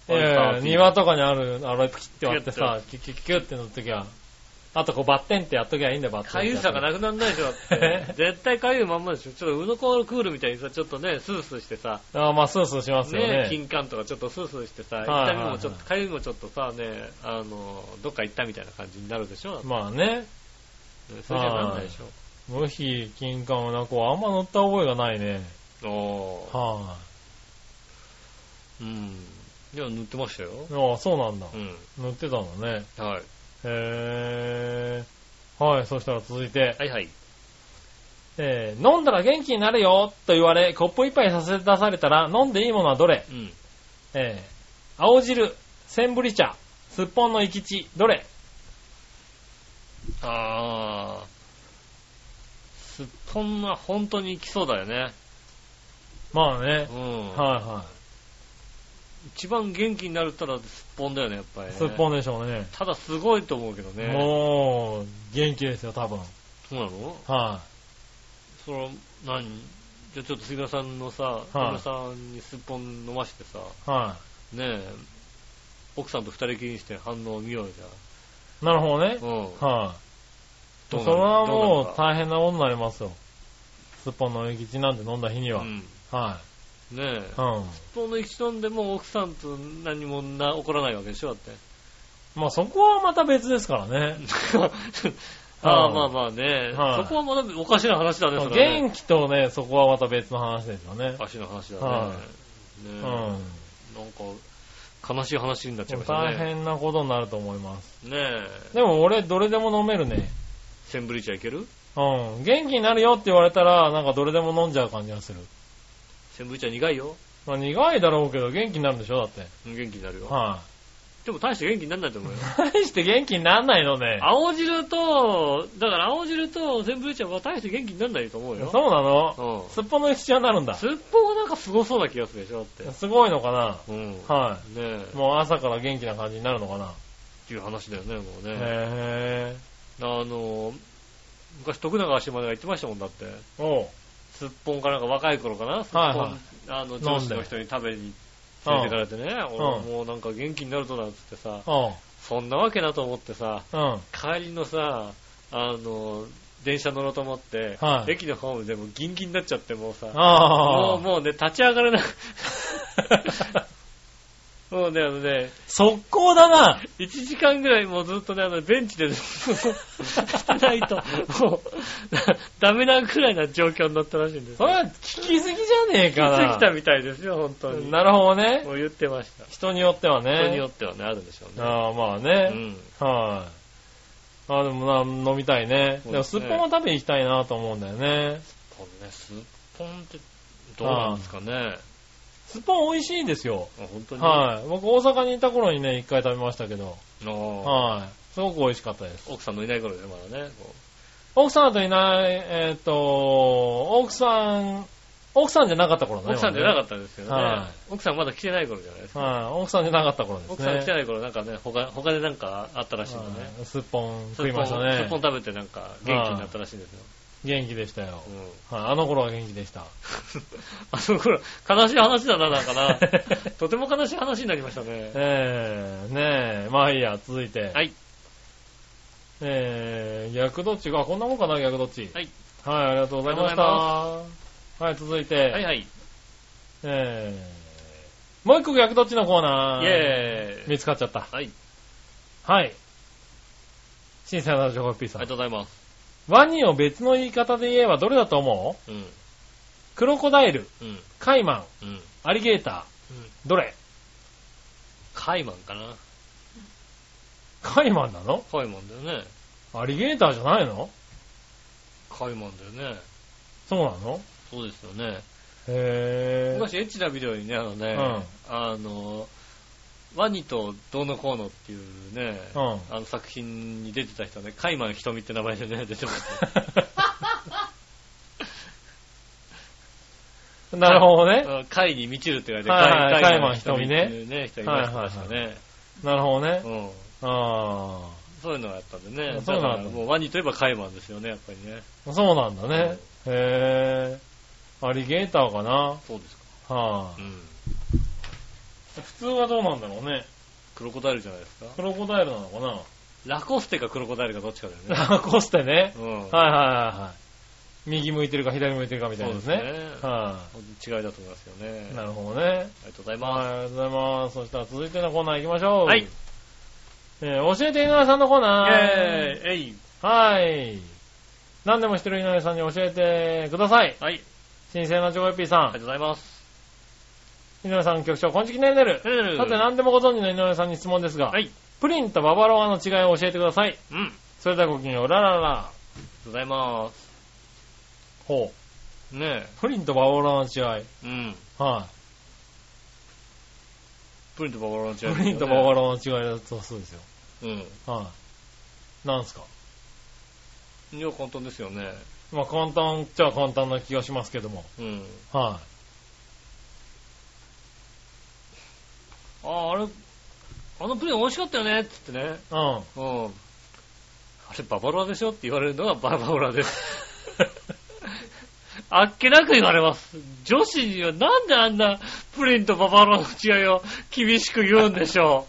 S3: ええ庭とかにある、あれ、ピキって割って
S2: キュ
S3: さ、キュッキュッキュッって乗っときゃ、あとこうバッテンってやっときゃいいんだよ、バッテン。
S2: かゆさがなくならないでし ょ、だって絶対かゆいまんまでしょ。ちょっとウノコールクールみたいにさ、ちょっとね、スースーしてさ、
S3: ああ、まあ、スースーしますよ
S2: ね
S3: ね。、
S2: 金管とかちょっとスースーしてさ、
S3: はいは
S2: 痛
S3: い
S2: み
S3: はい
S2: もちょっと、かゆみもちょっとさ、ね、あの、どっか行ったみたいな感じになるでしょ。
S3: まあね、
S2: それじゃなんないでし
S3: 無比金管をなんかあんま乗った覚えがないね。
S2: ょ。おー。
S3: は
S2: うん。いや、塗ってましたよ。
S3: い、あ。ああ、そうなんだ
S2: う。ん。
S3: 乗ってたんだね。
S2: はい。
S3: へえ。はい、そしたら続いて、
S2: はいはい。
S3: えー飲んだら元気になるよと言われ、コップ一杯させて出されたら、飲んでいいものはどれ
S2: うん。
S3: えー、青汁、センブリ茶、すっぽんの生き地、どれ
S2: あー。すっぽんは本当に行きそうだよね。
S3: まあね
S2: う。ん。
S3: はいは
S2: 一番元気になるったらすっぽんだよね、やっぱり、
S3: い。
S2: ね。
S3: すっぽんでしょうね。
S2: ただすごいと思うけどね。
S3: もう、元気ですよ、多分。
S2: そうなの
S3: は
S2: その、何じゃあちょっと杉田さんのさ、杉田さんにすっぽん飲ましてさ、
S3: い。は
S2: ねえ、奥さんと二人きりにして反応を見ようじゃん。
S3: い。なるほどね。
S2: うん。
S3: はい。
S2: ど
S3: そ
S2: な
S3: う
S2: る
S3: れはも
S2: ど
S3: う
S2: うなるか
S3: 大変なことになりますよ。すっぽんの生き地なんて飲んだ日には。
S2: うん。
S3: は
S2: ねえ
S3: い。う。ん。
S2: すっぽんの生きとんでもう奥さんと何もな起こらないわけでしょだって。
S3: まあそこはまた別ですからね。
S2: ああ、
S3: うん
S2: まあまあね。
S3: は
S2: そ
S3: い
S2: こはまだおかしな話だね、それはね。
S3: 元気とね、そこはまた別の話ですよね
S2: お。かしな話だ
S3: は
S2: ね。
S3: う
S2: ねえ
S3: ん。
S2: なんか、悲しい話になっちゃいました
S3: 大
S2: ね。
S3: 変なことになると思います。
S2: ねえ。
S3: でも俺、どれでも飲めるね。
S2: センブリ茶いける
S3: うん。元気になるよって言われたら、なんかどれでも飲んじゃう感じがする。
S2: センブリ茶苦いよ。
S3: まあ苦いだろうけど、元気になるんでしょだって。
S2: 元気になるよ。
S3: は
S2: でも大して元気にならないと思う よ
S3: い。。大して元気になんないのね。
S2: 青汁と、だから青汁とセンブリ茶は大して元気にならないと思うよ。
S3: そうなの
S2: うん。
S3: すっぽんの生き地はなるんだ。
S2: すっぽんはなんかすごそうな気がするでしょだって。
S3: すごいのかな
S2: うん。
S3: は
S2: ねえ。
S3: い。もう朝から元気な感じになるのかな
S2: っていう話だよね、もうね。
S3: へ
S2: あの、昔徳永足までが言ってましたもんだって。
S3: ぇー。おう。
S2: すっぽんかなんか若い頃かな、すっぽん、
S3: はいはい
S2: あの、上司の人に食べに連れてかれてね、俺もうなんか元気になるとなんつってさ、
S3: おう。
S2: そんなわけなと思ってさ、
S3: うん。
S2: 帰りのさ、あの、電車乗ろうと思って、
S3: はい
S2: 駅のホームでもうギンギンになっちゃってもうさ、
S3: あ
S2: も
S3: あ。
S2: うもうね、立ち上がれなくもうね、あのね、
S3: 速攻だな
S2: 1時間ぐらいもうずっとね、あの、ベンチでしてないと、もう、ダメなくらいな状況になったらしいんです
S3: そ
S2: よ。
S3: れは聞きすぎじゃねえ
S2: 気
S3: かな。
S2: づいたみたいですよ、本当に。
S3: なるほどね
S2: も。う言ってました。
S3: 人によってはね。
S2: 人によってはね、あるでしょうね。
S3: ああ、まあ
S2: う
S3: ね。
S2: ん。
S3: はい、あ。でもな、飲みたいね。
S2: そう
S3: で
S2: で
S3: も、
S2: す
S3: す
S2: ね
S3: っぽんは食べに行きたいなと思うんだよね。
S2: このね、すっぽんって、どうなんですかね。
S3: すっぽん美味しいんですよ。
S2: あ本当に。
S3: はい、僕、大阪にいた頃にね、一回食べましたけど。
S2: あー
S3: はい、すごく美味しかったです。
S2: 奥さんのいない頃ね、まだね。こ
S3: 奥さんといない、えーっ、と、奥さん、奥さんじゃなかった頃
S2: う
S3: だね。
S2: 奥さんじゃなか
S3: っ
S2: ったんですけど
S3: は
S2: ね
S3: い。
S2: 奥さんまだ来てない頃じゃないですか。
S3: はい、奥さんじゃなかった頃ですね。
S2: 奥さん来てない頃、なんかね、他他でなんかあったらしいのね。
S3: はいすっぽん
S2: すっぽ
S3: 食いました
S2: んすっぽん
S3: ね。
S2: 食べてなんか元気になったらしいんですよ。
S3: 元気でしたよ
S2: う。ん。
S3: はい、あの頃は元気で した。
S2: あの頃、悲しい話だな、なんかな。とても悲しい話になりましたね。
S3: ええねえ、まあいいや、続いて。
S2: はい。
S3: えー、逆どっちが、こんなもんかな、逆どっち。
S2: はい。
S3: はい、ありがとうございました。
S2: あ
S3: はい、続いて、
S2: はいはい。
S3: えー、もう一個逆どっちのコーナー。
S2: イェーイ。
S3: 見つかっちゃった。
S2: はい。
S3: はい。新鮮な情報 P
S2: あ
S3: さ
S2: りが
S3: ん
S2: と。うございます。
S3: ワニを別の言い方で言えばどれだと思う
S2: うん。
S3: クロコダイル、
S2: うん。
S3: カイマ
S2: う
S3: ン、
S2: ん。
S3: アリゲーター、どれ
S2: カイマンかな。
S3: カイマンなの
S2: カイマンだよね。
S3: アリゲーターじゃないの
S2: カイマンだよね。
S3: そうなの
S2: そうですよね。
S3: へー。
S2: 昔エッチなビデオにね、あのね、あの、ワニとどうのこうのっていうね、
S3: うん。
S2: あの作品に出てた人ね、カイマンひとみって名前でね、出てますね。
S3: なるほどね。
S2: うんカイに満ちるって言われて、
S3: はいはい
S2: 瞳
S3: カイマン
S2: っていうね、人いました確かね。
S3: なるほどね。
S2: うん
S3: あ
S2: そういうのがあったんでね。
S3: そう
S2: だか
S3: なんだ
S2: らもうワニといえばカイマンですよね、やっぱりね。
S3: あ、そうなんだね。へえ。アリゲーターかな。はい、
S2: そうですか。うん。
S3: 普通はどうなんだろうね。
S2: クロコダイルじゃないですか
S3: クロコダイルなのか
S2: ラコステかクロコダイルかどっちかだ よね。
S3: なラコステね。
S2: うん。
S3: はいはいはいはい。右向いてるか左向いてるかみた
S2: そ
S3: いうな
S2: で
S3: ですすね。
S2: ね。
S3: は
S2: 違いだと思いますよね
S3: い。。なるほどね。
S2: ありがとうござい
S3: はい、
S2: ま
S3: ありがとうございます。そしたら続いてのコーナー行きましょう。
S2: はい。
S3: えー教えて井上さんのコー
S2: す。
S3: ナー。
S2: イェーイえい
S3: はい。何でも知ってる井上さんに教えてください。
S2: はい。あり
S3: 新鮮なチョコヨッピーさ。
S2: がとうんございます。
S3: 井上さん局長、こんちきねるねる。
S2: ねるねる
S3: さて何でもご存知の井上さんに質問ですが、
S2: はい。
S3: プリンとババロアの違いを教えてください。
S2: うん。ありが
S3: それではごきげんよう、ラララ。
S2: とうございます。
S3: ほう。
S2: ね
S3: プリンとババロアの違い。はい、
S2: え。うん。プリンとババロアの違いですよね。
S3: プリンとババロアの違いだとそうですよ。
S2: うん。
S3: はい、なんすか
S2: いや、簡単ですよね。
S3: まあ簡単っちゃ簡単な気がしますけども。
S2: うん。
S3: は
S2: ああ、あれ、あのプリン美味しかったよねっつってね。
S3: い、うん。
S2: うん。あれ、ババロアでしょって言われるのがババロアです。 あっけなく言われます。女子にはなんであんなプリンとババロアの違いを厳しく言うんでしょ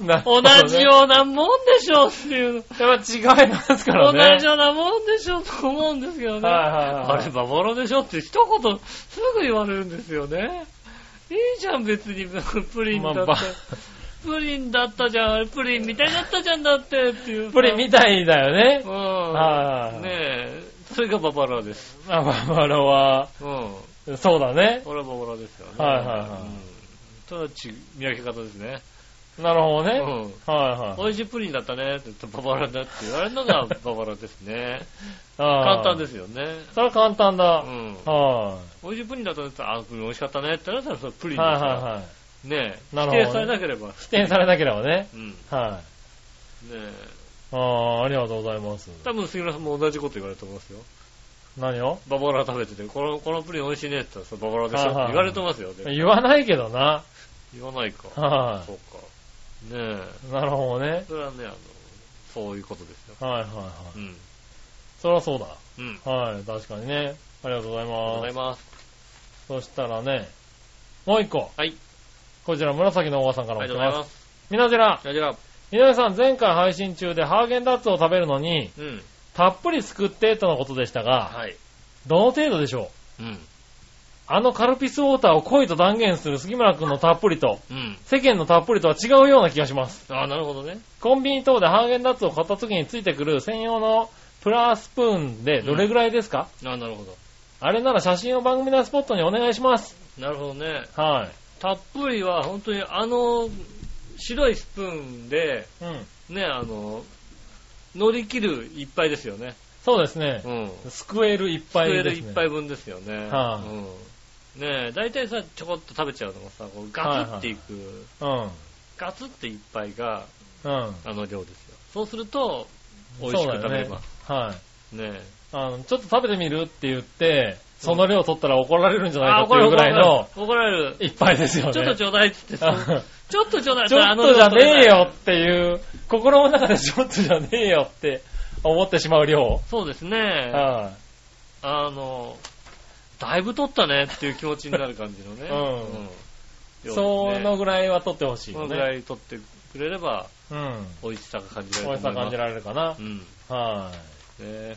S3: な る
S2: う。同
S3: ほどね
S2: じようなもんでしょうっていう。
S3: やっぱ違いなんですからね。
S2: 同じようなもんでしょうと思うんですけどね。
S3: はいはいはい
S2: あれ、ババロアでしょって一言すぐ言われるんですよね。いいじゃん、別にプリンだって。
S3: まあば
S2: プリンだったじゃん、あれプリンみたいだったじゃんだってっていう。
S3: プリンみたいだよね
S2: う。
S3: は
S2: ん。
S3: い
S2: ねえ。それがババロアです。
S3: まあ、ババロは、
S2: うん。
S3: そうだね。
S2: これはババロアですよね。
S3: はいはいはい
S2: うんただち、見分け方ですね。
S3: なるほ
S2: う
S3: どね。
S2: ん。
S3: はい
S2: 美
S3: はい。
S2: 味しいプリンだったねって言ったらババロアだって言われるのがババロアですね。
S3: 簡。
S2: 簡単ですすよね。
S3: それは簡単だ
S2: う。ん。
S3: は
S2: 美味しいプリンだったねって言ったら、あ、プリン美味しかったねって言われたらそれプリ
S3: い。
S2: ンですよ。
S3: はいはいはい。
S2: ねえ。
S3: なるほどね
S2: 否定されなければ。
S3: 否定されなければね。
S2: うん。ね
S3: はい。
S2: え。
S3: ああ、ありがとうございます。
S2: 多分杉村さんも同じこと言われると思いますよ。
S3: 何を
S2: ババロア食べてて、この、このプリン美味しいねって言ったら、それババロアでしょって
S3: はいはいはい
S2: 言われると思いますよ。で
S3: 言わないけどな。
S2: 言わないか。
S3: は
S2: そうか。ねえ。
S3: い。なるほどね。
S2: それはね、あの、そういうことですよ。
S3: はいはいは
S2: う
S3: い。
S2: ん。
S3: そりゃそうだ。
S2: うん。
S3: はい、確かにね。ありがとうござ
S2: あ
S3: い
S2: りがとうご
S3: ま
S2: ざい
S3: す。
S2: ます。
S3: そしたらね、もう一個。
S2: はい。
S3: こちら、紫のおばさんから
S2: あ
S3: も
S2: りがとう
S3: 来て
S2: ござい
S3: ま。
S2: ますす。
S3: みなじら、
S2: じゃあ、じゃあ、
S3: 井上さん、前回配信中でハーゲンダッツを食べるのに、
S2: うん。
S3: たっぷりすくってとのことでしたが、
S2: はい。
S3: どの程度でしょう
S2: うん。
S3: あのカルピスウォーターを濃いと断言する杉村くんのたっぷりと、
S2: うん。
S3: 世間のたっぷりとは違うような気がします。
S2: ああ、なるほどね。
S3: コンビニ等でハーゲンダッツを買った時についてくる専用のプラスプーンでどれぐらいですか、
S2: ああ、なるほど。
S3: あれなら写真を番組のスポットにお願いします。
S2: なるほどね。
S3: は
S2: たっぷりは、本当にあの、白いスプーンで、
S3: い。うん。
S2: ね、あの、乗り切る一杯ですよね。
S3: そうですね
S2: う。ん。
S3: すくえる一
S2: そ
S3: 杯
S2: れ
S3: で
S2: です
S3: ね。
S2: 一杯分ですよね。
S3: はい
S2: うん。ねえ、大体さ、ちょこっと食べちゃうのがさ、こうガツっていく、ガツって一杯が、
S3: うん。うん。
S2: あの量ですよ。そうすると、美味しく食べれます。
S3: はい。
S2: ねえ。
S3: あの、ちょっと食べてみるって言って、その量取ったら怒られるんじゃないかって
S2: れ
S3: いうぐらいの
S2: 怒られる。
S3: いっぱいですよね。
S2: ちょっとちょうだいっ つってさ、ちょっとちょうだい
S3: ちょっとじゃねえよっていう、心の中でちょっとじゃねえよって思ってしまう量。
S2: そうですね。
S3: は
S2: あの、だいぶ取ったねっていう気持ちになる感じのね。
S3: うんい。
S2: 量ですね
S3: そのぐらいは取ってほしい
S2: その
S3: よ
S2: ぐら
S3: ね。
S2: い取ってくれれば、
S3: うん。
S2: 美味しさが感じられ
S3: 美
S2: る
S3: 味しさ感じられるかな
S2: れ。る。うん。ね
S3: はい。
S2: え。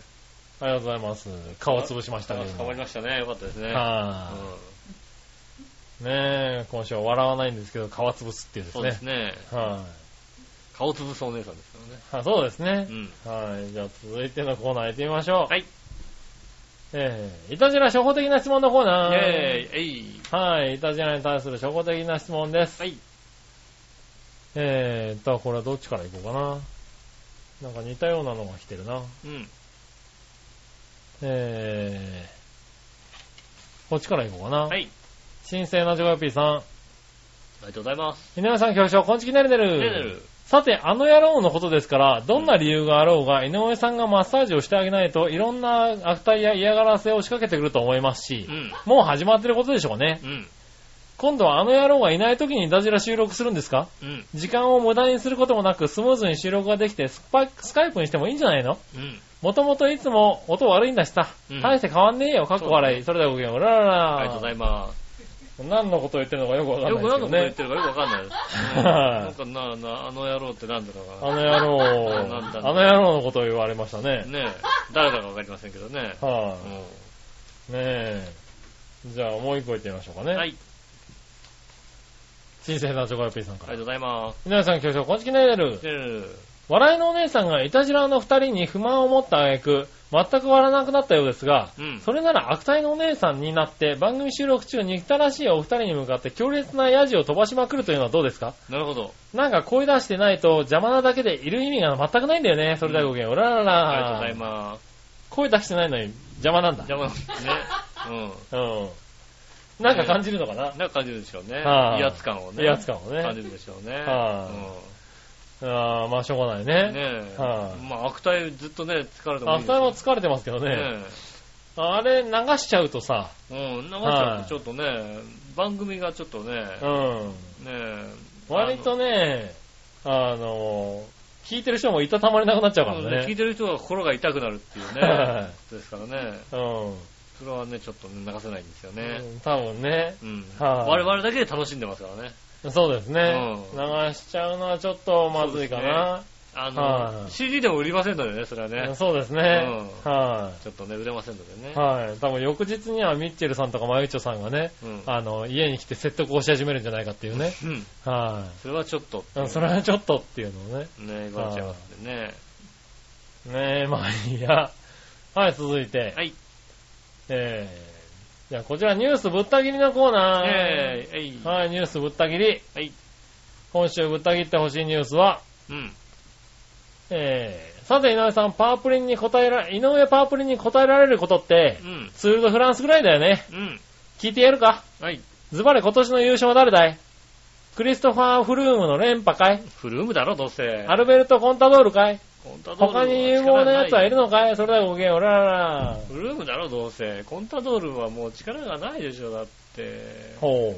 S3: ありがとうございます。顔潰しましたけども。
S2: 変わりましたね。よかったですね。
S3: は
S2: う
S3: い。ねえ、今週は笑わないんですけど、皮潰すっていうんで
S2: そ
S3: す
S2: うで
S3: ね
S2: す。ね。
S3: は
S2: 顔潰すお姉さんですからね。
S3: い。あそうですね
S2: う。ん。
S3: はい。じゃあ続いてのコーナー行ってみましょう。
S2: はい。
S3: えー、いたじら初歩的な質問のコーナー。
S2: イェーイ、えい。
S3: はい。いたじらに対する初歩的な質問です。
S2: はい。
S3: えーと、これはどっちから行こうかな。なんか似たようなのが来てるな。
S2: うん。
S3: えー、こっちから行こうかな。
S2: はい。
S3: 新生なジョガピー
S2: あ
S3: さ
S2: りがとうございます。
S3: ん。井上さん、局長、こんちきねるね
S2: ね
S3: る。
S2: えねる。
S3: さて、あの野郎のことですから、どんな理由があろうが、井上さんがマッサージをしてあげないといろんな悪態や嫌がらせを仕掛けてくると思いますし
S2: う、ん。
S3: もう始まってることでしょうね。
S2: うん。
S3: 今度はあの野郎がいない時にいたじら収録するんですか
S2: うん。
S3: 時間を無駄にすることもなくスムーズに収録ができてスパイスカイプにしてもいいんじゃないの
S2: うん。
S3: もともといつも音悪いんだしさ
S2: うん。
S3: 大して変わんねえよ。かっこ笑い。それではごきげんよう。うららら。
S2: ありがとうございます。
S3: 何のことを言ってるのかよくわかん
S2: よ
S3: な
S2: く何
S3: い
S2: のこと言
S3: で
S2: っ
S3: す
S2: て
S3: け
S2: るかよくわかんないです。うん
S3: はい
S2: なんかな、なあの野郎ってなんだか
S3: どね。あの野郎、
S2: なんだ
S3: あの野郎のことを言われました
S2: が。
S3: ね。
S2: ねえ、誰だかわかりませんけどね。
S3: は
S2: う
S3: い、
S2: ん
S3: ねえ。じゃあもう一個言ってみましょうかね。
S2: はい、
S3: 新鮮なチョコヨッピーさん
S2: あ
S3: か
S2: りが
S3: ら
S2: と。うございます。
S3: 皆さん、今日こんちきねる。
S2: ねえ
S3: 笑いのお姉さんがいたじらの二人に不満を持った挙句、全く笑わなくなったようですが、
S2: うん。
S3: それなら悪態のお姉さんになって、番組収録中に憎たらしいお二人に向かって強烈なヤジを飛ばしまくるというのはどうですか
S2: なるほど。
S3: なんか声出してないと邪魔なだけでいる意味が全くないんだよね。それではごきげんよう、うらららら。
S2: ありがとうございます。
S3: 声出してないのに邪魔なんだ。
S2: 邪魔なんですね。
S3: うん。なんか感じるのかな
S2: う、ん。なんか感じるでしょうね。
S3: はい
S2: 威圧感をね。
S3: 威圧感をね。
S2: 感じるでしょうね。
S3: はあーまあしょうがない
S2: うん
S3: ね。
S2: ねえ。
S3: はい
S2: まあ、悪態ずっとね、疲れてもいいで
S3: 悪
S2: す
S3: 態
S2: よ
S3: は疲れてますけどね。
S2: ね
S3: あれ流しちゃうとさ、
S2: え。うん。なん
S3: は
S2: か
S3: い
S2: ちょっとね、番組がちょっとね、
S3: うん。
S2: ねえ。
S3: 割とね、あの、聞いてる人もいたたまれなくなっちゃうか
S2: あの、
S3: ら
S2: 聞い
S3: ね。
S2: てる人が心が痛くなるっていうね。
S3: は
S2: ですからね。
S3: いうん。
S2: それはね、ちょっとね流せないんですよね。
S3: うん多分ね。
S2: うん。
S3: はい
S2: 我々だけで楽しんでますからね。
S3: そうですね。
S2: う
S3: 流しちゃうのはちょっとまずいかな。
S2: あ
S3: は
S2: の、
S3: い
S2: CD でも売りませんのでね、それはね。
S3: そうですね。
S2: う
S3: は
S2: ちょっとね、売れませんのでね
S3: い。。はい。多分翌日にはミッチェルさんとかマユチョさんがね、
S2: うん。
S3: あの、家に来て説得をし始めるんじゃないかっていうね。
S2: うん。
S3: は
S2: それはちょっと。
S3: い。それはちょっとっていうのをね。
S2: ね、言われちゃいますんでね。
S3: ねえ、まあいいや。はい、続いて。
S2: はい。
S3: えー、じゃあこちらニュースぶった切りのコーナー。
S2: えー、えい。
S3: はい、ニュースぶった切り。
S2: はい。
S3: 今週ぶった切ってほしいニュースは、
S2: うん。
S3: えー、さて井上さん、パープリンに答えら、井上パープリンに答えられることって
S2: う、ん。
S3: ツールドフランスぐらいだよね。
S2: うん。
S3: 聞いてやるか
S2: はい。
S3: ズバリ今年の優勝は誰だいクリストファー・フルームの連覇かい
S2: フルームだろ、どうせ。
S3: アルベルト・コンタドールかい
S2: コンタドールは
S3: 他に有望な奴はいる
S2: 力が
S3: のかいそれだけごきげんよう、おららら
S2: な。いフルームだろ、どうせ。コンタドールはもう力がないでしょ、だって。
S3: ほ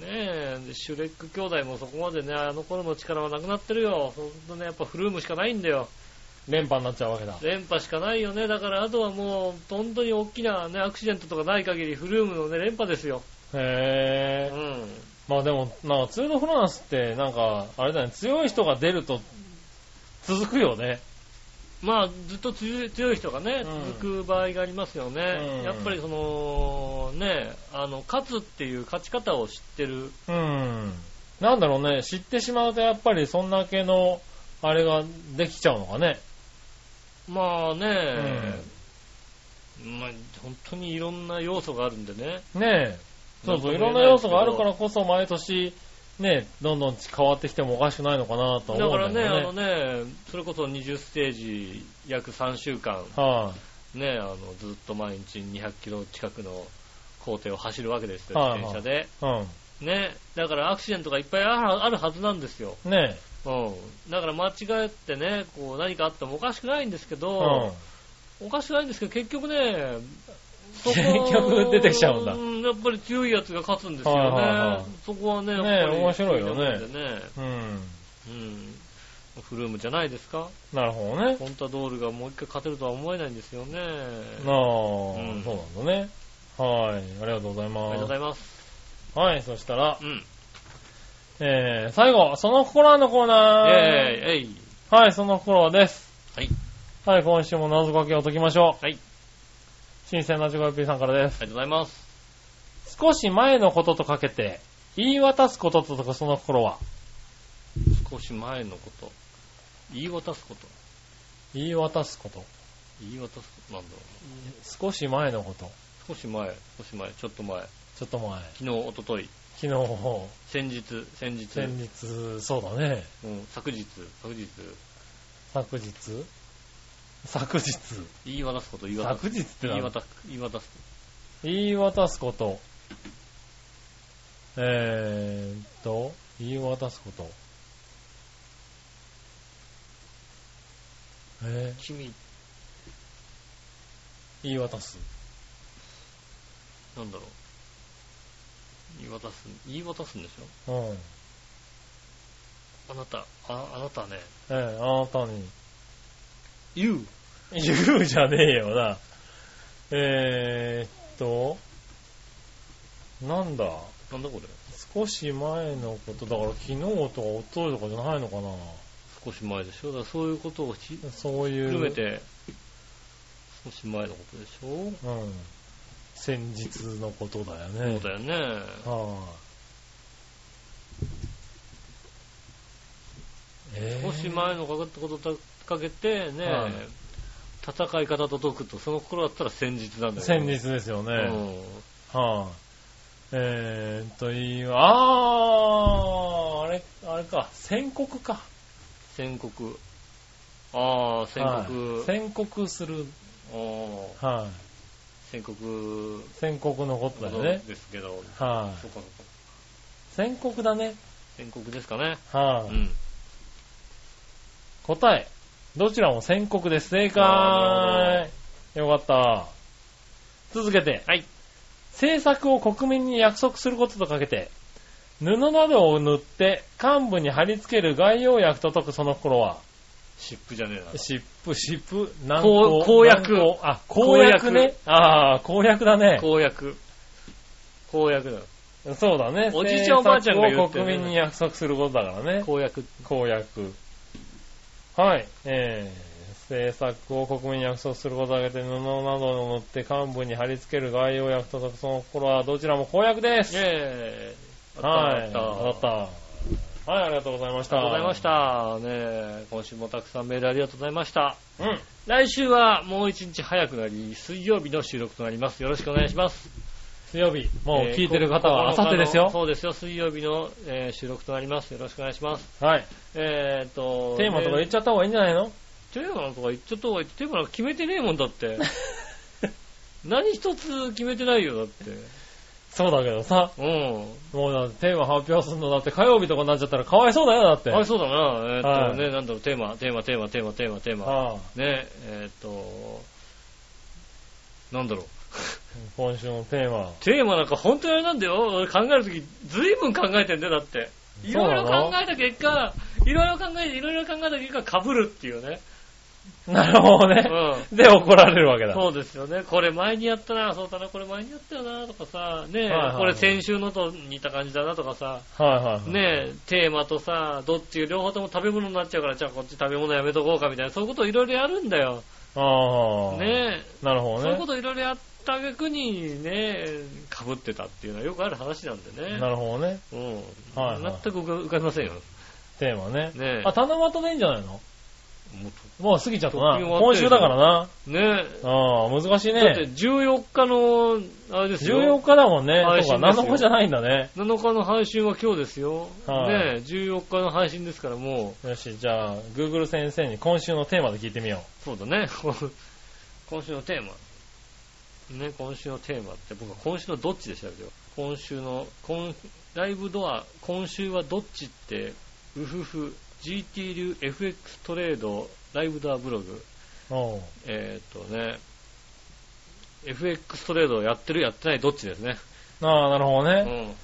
S2: ねえ、でシュレック兄弟もそこまでね、あの頃の力はなくなってるよ。そうするとね、やっぱフルームしかないんだよ。
S3: う。連覇になっちゃうわけだ。
S2: 連覇しかないよね。だから、あとはもう、本当に大きなね、アクシデントとかない限り、フルームのね、連覇ですよ。う
S3: へぇー。
S2: ん。
S3: まあでも、なんかツールドフランスって、なんか、あれだね、強い人が出ると、続くよね。
S2: まあ、ずっと強い強い人がね、
S3: うん
S2: 続く場合がありますよね。
S3: うん
S2: やっぱりその、ね、あの、勝つっていう勝ち方を知ってる。
S3: うん。なんだろうね、知ってしまうとやっぱりそんだけの、あれができちゃうのかね。
S2: まあね、まあ、本当にいろんな要素があるんでね。
S3: ねえ。そうそう、い
S2: なんとも
S3: ろ
S2: 言
S3: んな
S2: えない
S3: 要
S2: です
S3: 素
S2: けど
S3: があるからこそ毎年、ね、どんどん変わってきてもおかしくないのかなとは
S2: だ
S3: 思
S2: か
S3: う
S2: ら
S3: ん
S2: ね、
S3: だ
S2: あの
S3: よね。
S2: ね、それこそ20ステージ約3週間、
S3: は
S2: ね、あの、ずっと毎日200キロ近くの工程を走るわけですよ、
S3: はい
S2: 自転車で。
S3: い、
S2: ね、だからアクシデントがいっぱいあるあるはずなんですよ。
S3: うん。ねえ。
S2: うん。だから間違ってね、こう何かあってもおかしくないんですけ
S3: う
S2: ど、おかしくないんですけど、結局ね、そこ
S3: 結局出てきちゃうんだ
S2: やっぱり強いやつが勝つんですよね。
S3: はいはいはい
S2: そこはね、
S3: ね
S2: やっぱり
S3: 面白いよ
S2: そ
S3: ね
S2: うなんでね
S3: ん。うん。
S2: うん。フルームじゃないですか
S3: なるほどね。
S2: コンタドールがもう一回勝てるとは思えないんですよね。
S3: なあ、
S2: うん
S3: そうなんだね。はい。ありがとうござい
S2: ありがとうご
S3: ます
S2: ざ。います。
S3: はい、そしたら
S2: う、ん。
S3: えー、最後、その心はのコー
S2: え
S3: ナー。
S2: ええい。
S3: はい、その心はです。
S2: はい。
S3: はい、今週も謎かけを解きましょう。
S2: はい。
S3: 新鮮なチョコヨッピーさんからです。
S2: ありがとうございます。
S3: 少し前のこととかけて、言い渡すこととかその心は、
S2: 少し前のこと。言い渡すこと。
S3: 言い渡すこと。
S2: 言い渡すことなんだろ
S3: 少し前のこと。
S2: う。少し前、少し前、ちょっと前。
S3: ちょっと前。
S2: 昨日、おととい、
S3: 昨日、
S2: 先日、先日、
S3: 先日、そうだね。
S2: うん、昨日、昨日、
S3: 昨日昨日。
S2: 言い渡すこと、言い渡す。
S3: 昨日って
S2: 言い
S3: 何
S2: 渡す、言い渡す。
S3: 言い渡すこと。えーっと、言い渡すこと。えー
S2: 君、
S3: 言い渡す。
S2: なんだろう。言い渡す、言い渡すんでし
S3: うん。
S2: ょあなた、あ、あなたね、
S3: えーあなたに。
S2: 言う。
S3: 言うじゃねえよな。えーっと、なんだ。
S2: なんだこれ
S3: 少し前のこと、だから昨日とかおとといとかじゃないのかな。
S2: 少し前でしょだからそういうことをひ
S3: そういう。
S2: 含めて、少し前のことでしょ
S3: うん。先日のことだよ
S2: そ
S3: ね
S2: う。だよね。
S3: はい、え
S2: 少し前のかかったことをかけてね、
S3: はい
S2: 戦い方と解くと、その頃だったら先日なんだけど
S3: 先日ですよね。
S2: う
S3: はい、
S2: ん。
S3: えーっと、いいあー、あれ、あれか、宣告か。
S2: 宣告。ああ、宣告。
S3: はい宣告する。
S2: あー
S3: はい、
S2: 宣告
S3: 宣告のことだ
S2: のこ
S3: よ
S2: と
S3: ね。
S2: ですけど、
S3: はい、
S2: そうかそうか
S3: 宣告だね。
S2: 宣告ですかね。
S3: は
S2: う
S3: い、
S2: ん。
S3: 答え。どちらも宣告です。正
S2: あ
S3: 解。よかった。続けて。
S2: はい。
S3: 政策を国民に約束することとかけて、布などを塗って幹部に貼り付ける概要薬と解くその頃は、
S2: 湿布じゃねえな。
S3: 湿布、湿布、難
S2: こう公約
S3: 難航あ、公約ね。ああ、公約だね。
S2: 公約。公約だよ。
S3: そうだね。
S2: おじいちゃんおばあちゃんが言
S3: 政
S2: ってる
S3: 策を国民に約束することだからね。
S2: 公約。
S3: 公約。はい。えー、政策を国民に約束することを挙げて、布などを塗って幹部に貼り付ける概要約とその頃はどちらも公約です。
S2: イェーイ。
S3: は
S2: あ
S3: い。
S2: ったあった。
S3: 当
S2: あ
S3: たった。はい、ありがとうございました。
S2: りがとうございまし。た。ねえ今週もたくさんメールありがとうございました。
S3: うん。
S2: 来週はもう一日早くなり、水曜日の収録となります。よろしくお願いします。
S3: 水曜日、もう
S2: えー
S3: 聞いてる方は、あ
S2: こ
S3: さってですよ。
S2: そうですよ。水曜日の、えー収録となります。よろしくお願いします。
S3: はい。
S2: えーっと、
S3: テーマとか
S2: ね
S3: 言っちゃった方がいいんじゃないの
S2: テーマとか言っちゃった方がいいテーマなんか決めてねえもんだ って。何一つ決めてないよ、だって。
S3: そうだけどさ、
S2: うん。
S3: もうだってテーマ発表するのだって火曜日とかになっちゃったらかわいそうだよ、だって。
S2: あ、そうだな。えーっと、
S3: はい
S2: ね、なんだろう、テーマ、テーマ、テーマ、テーマ、テーマ、テーマ。
S3: はあ
S2: ね、えーっと、なんだろう。
S3: 今週のテーマ。
S2: テーマなんか本当にあれなんだよ。俺考えるとき、ずいぶん考えてんだよ、だって。いろいろ
S3: そうな
S2: 考
S3: の
S2: えた結果、いろいろ考えて、いろいろ考えた結果、被るっていうね。
S3: なるほど
S2: う
S3: ね。
S2: ん。
S3: で、怒られるわけだ。
S2: そうですよね。これ前にやったな、そうだな、これ前にやったよな、とかさ、ねえ、
S3: はいはいはい
S2: これ先週のと似た感じだなとかさ、
S3: はいはいはい。
S2: ねえ、テーマとさ、どっち両方とも食べ物になっちゃうから、じゃあこっち食べ物やめとこうかみたいな、そういうことをいろいろやるんだよ。
S3: ああ。
S2: ねえ、
S3: なるほど
S2: そういう
S3: ね
S2: こ。といろいろやった挙句にね、被ってたっていうのはよくある話なんでね。
S3: なるほどね。
S2: うん。
S3: はいはい
S2: 全く浮かびませんよ。
S3: テーマね。
S2: ねえ。
S3: あ、七夕でいいんじゃないの
S2: もっ
S3: もう過ぎちゃった
S2: とっ
S3: な。
S2: くに終わっ
S3: 今
S2: てる
S3: 週だからな。
S2: とね
S3: ああ、難しい
S2: え。だって
S3: ね。
S2: 14日の、あれですよ。
S3: 14日だもんね。
S2: 配
S3: そう
S2: 信
S3: か、
S2: ですよ
S3: 7日じゃないんだね。
S2: 7日の配信は今日ですよ。
S3: はい
S2: ねえ、14日の配信ですからも
S3: よし、じゃあ、Google 先生に今週のテーマで聞いてみよ
S2: う、そうだね。 今週のテーマ。ね、今週のテーマって僕は今週のどっちでしたけど、今週の、今ライブドア、今週はどっちって、うふふ、GT 流 FX トレード、ライブドアブログ、
S3: う。おう
S2: えーっとね、FX トレードをやってる、やってない、どっちですね。
S3: ああ、なるほど
S2: う
S3: ね。
S2: ん。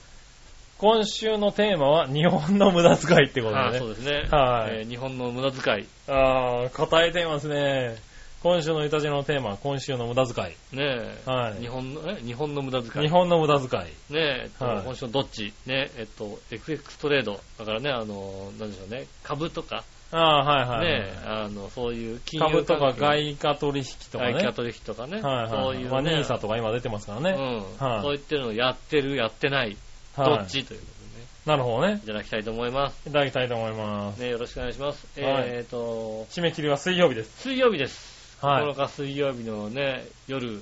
S3: 今週のテーマは、日本の無駄遣いってこと
S2: あ
S3: だ
S2: ーそう
S3: ね。
S2: ですね。
S3: はい
S2: えー日本の無駄遣い。
S3: ああ、答えていますね。今週のイタジェラのテーマは、今週の無駄遣い。
S2: ねえ、
S3: はい
S2: 日本の、え日本の無駄遣い。
S3: 日本の無駄遣い。
S2: ねえ、えっと
S3: はい
S2: 今週のどっちねえ、っと、FX トレード。だからね、あの、なんでしょうね、株とか、
S3: ああ、はいはい。
S2: ねえ、あの、そういう金融
S3: 株とか
S2: 貨
S3: 外貨取引とかね。
S2: 外貨取引とかね、
S3: はいはい、
S2: そういう、ね。
S3: まあ、ニーサとか今出てますからね。
S2: うん、
S3: はい
S2: そういったのをやってる、やってない、
S3: は
S2: ど
S3: い
S2: っちということでね、
S3: なるほどね。
S2: いただきたいと思います。
S3: いただきたいと思います。
S2: ね、よろしくお願いします。
S3: はい
S2: えー、っと、
S3: 締め切りは水曜日です。
S2: 水曜日です。
S3: は
S2: 9
S3: い。
S2: 日水曜日のね、夜、ま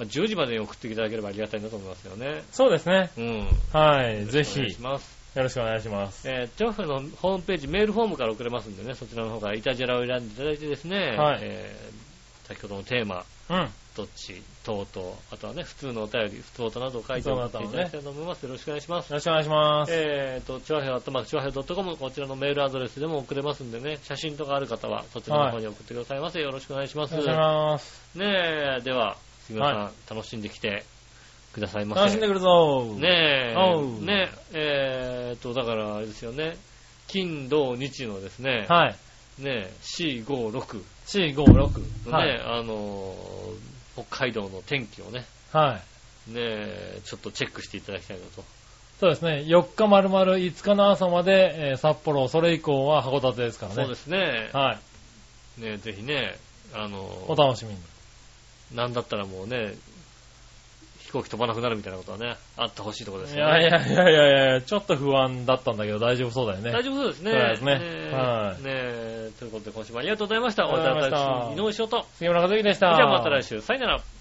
S2: あ、10時までに送っていただければありがたいなと思いますよね。
S3: そうですね。
S2: うん。
S3: はい。ぜひ、
S2: お
S3: よ
S2: 願いします。
S3: ろしくお願いします。
S2: えー、調布のホームページ、メールフォームから送れますんでね、そちらの方からイタジェラを選んでいただいてですね、
S3: はい
S2: えー先ほどのテーマ、
S3: うん。
S2: どっち、等々、あとはね、普通のお便り、普通音などを書いて送っていただきたいと思います。よろしくお願いします。
S3: よろしくお願いします。
S2: えーと、チョアヘアとマークチョアヘア .com、こちらのメールアドレスでも送れますんでね、写真とかある方は、そちらの方に送ってくださいませ。よろしくお願いします。
S3: お願いします。
S2: ねえ、では、杉村さん、
S3: は
S2: 楽しんできてくださいませ。
S3: 楽しんでくるぞ。。
S2: ね
S3: お
S2: え、
S3: う
S2: ねえ、えーっと、だから、あれですよね、金、土、日のですね、
S3: はい。
S2: ねえ、4、5、6
S3: 4、5、6。
S2: のね、
S3: はい。
S2: あのー北海道の天気をね、
S3: はい。
S2: ねえ、ちょっとチェックしていただきたいなと
S3: そうですね。4日丸々5日の朝まで、えー札幌、それ以降は函館ですからね。
S2: そうですね。
S3: はい。
S2: ねぜひね、あの
S3: お、楽しみに。
S2: なんだったらもうね、飛行機飛ばなくなるみたいなことはね、あってほしいところです
S3: い
S2: よ
S3: や
S2: ね。
S3: いやいやいやいや、ちょっと不安だったんだけど大丈夫そうだよね。
S2: 大丈夫そうですね。
S3: そうですね
S2: え
S3: はい
S2: ねえということで今週もありがとうございました。
S3: ありがとうございました
S2: お会いいたしましょう井上翔と。
S3: 杉村和之でした。
S2: じゃあまた来週。さよなら。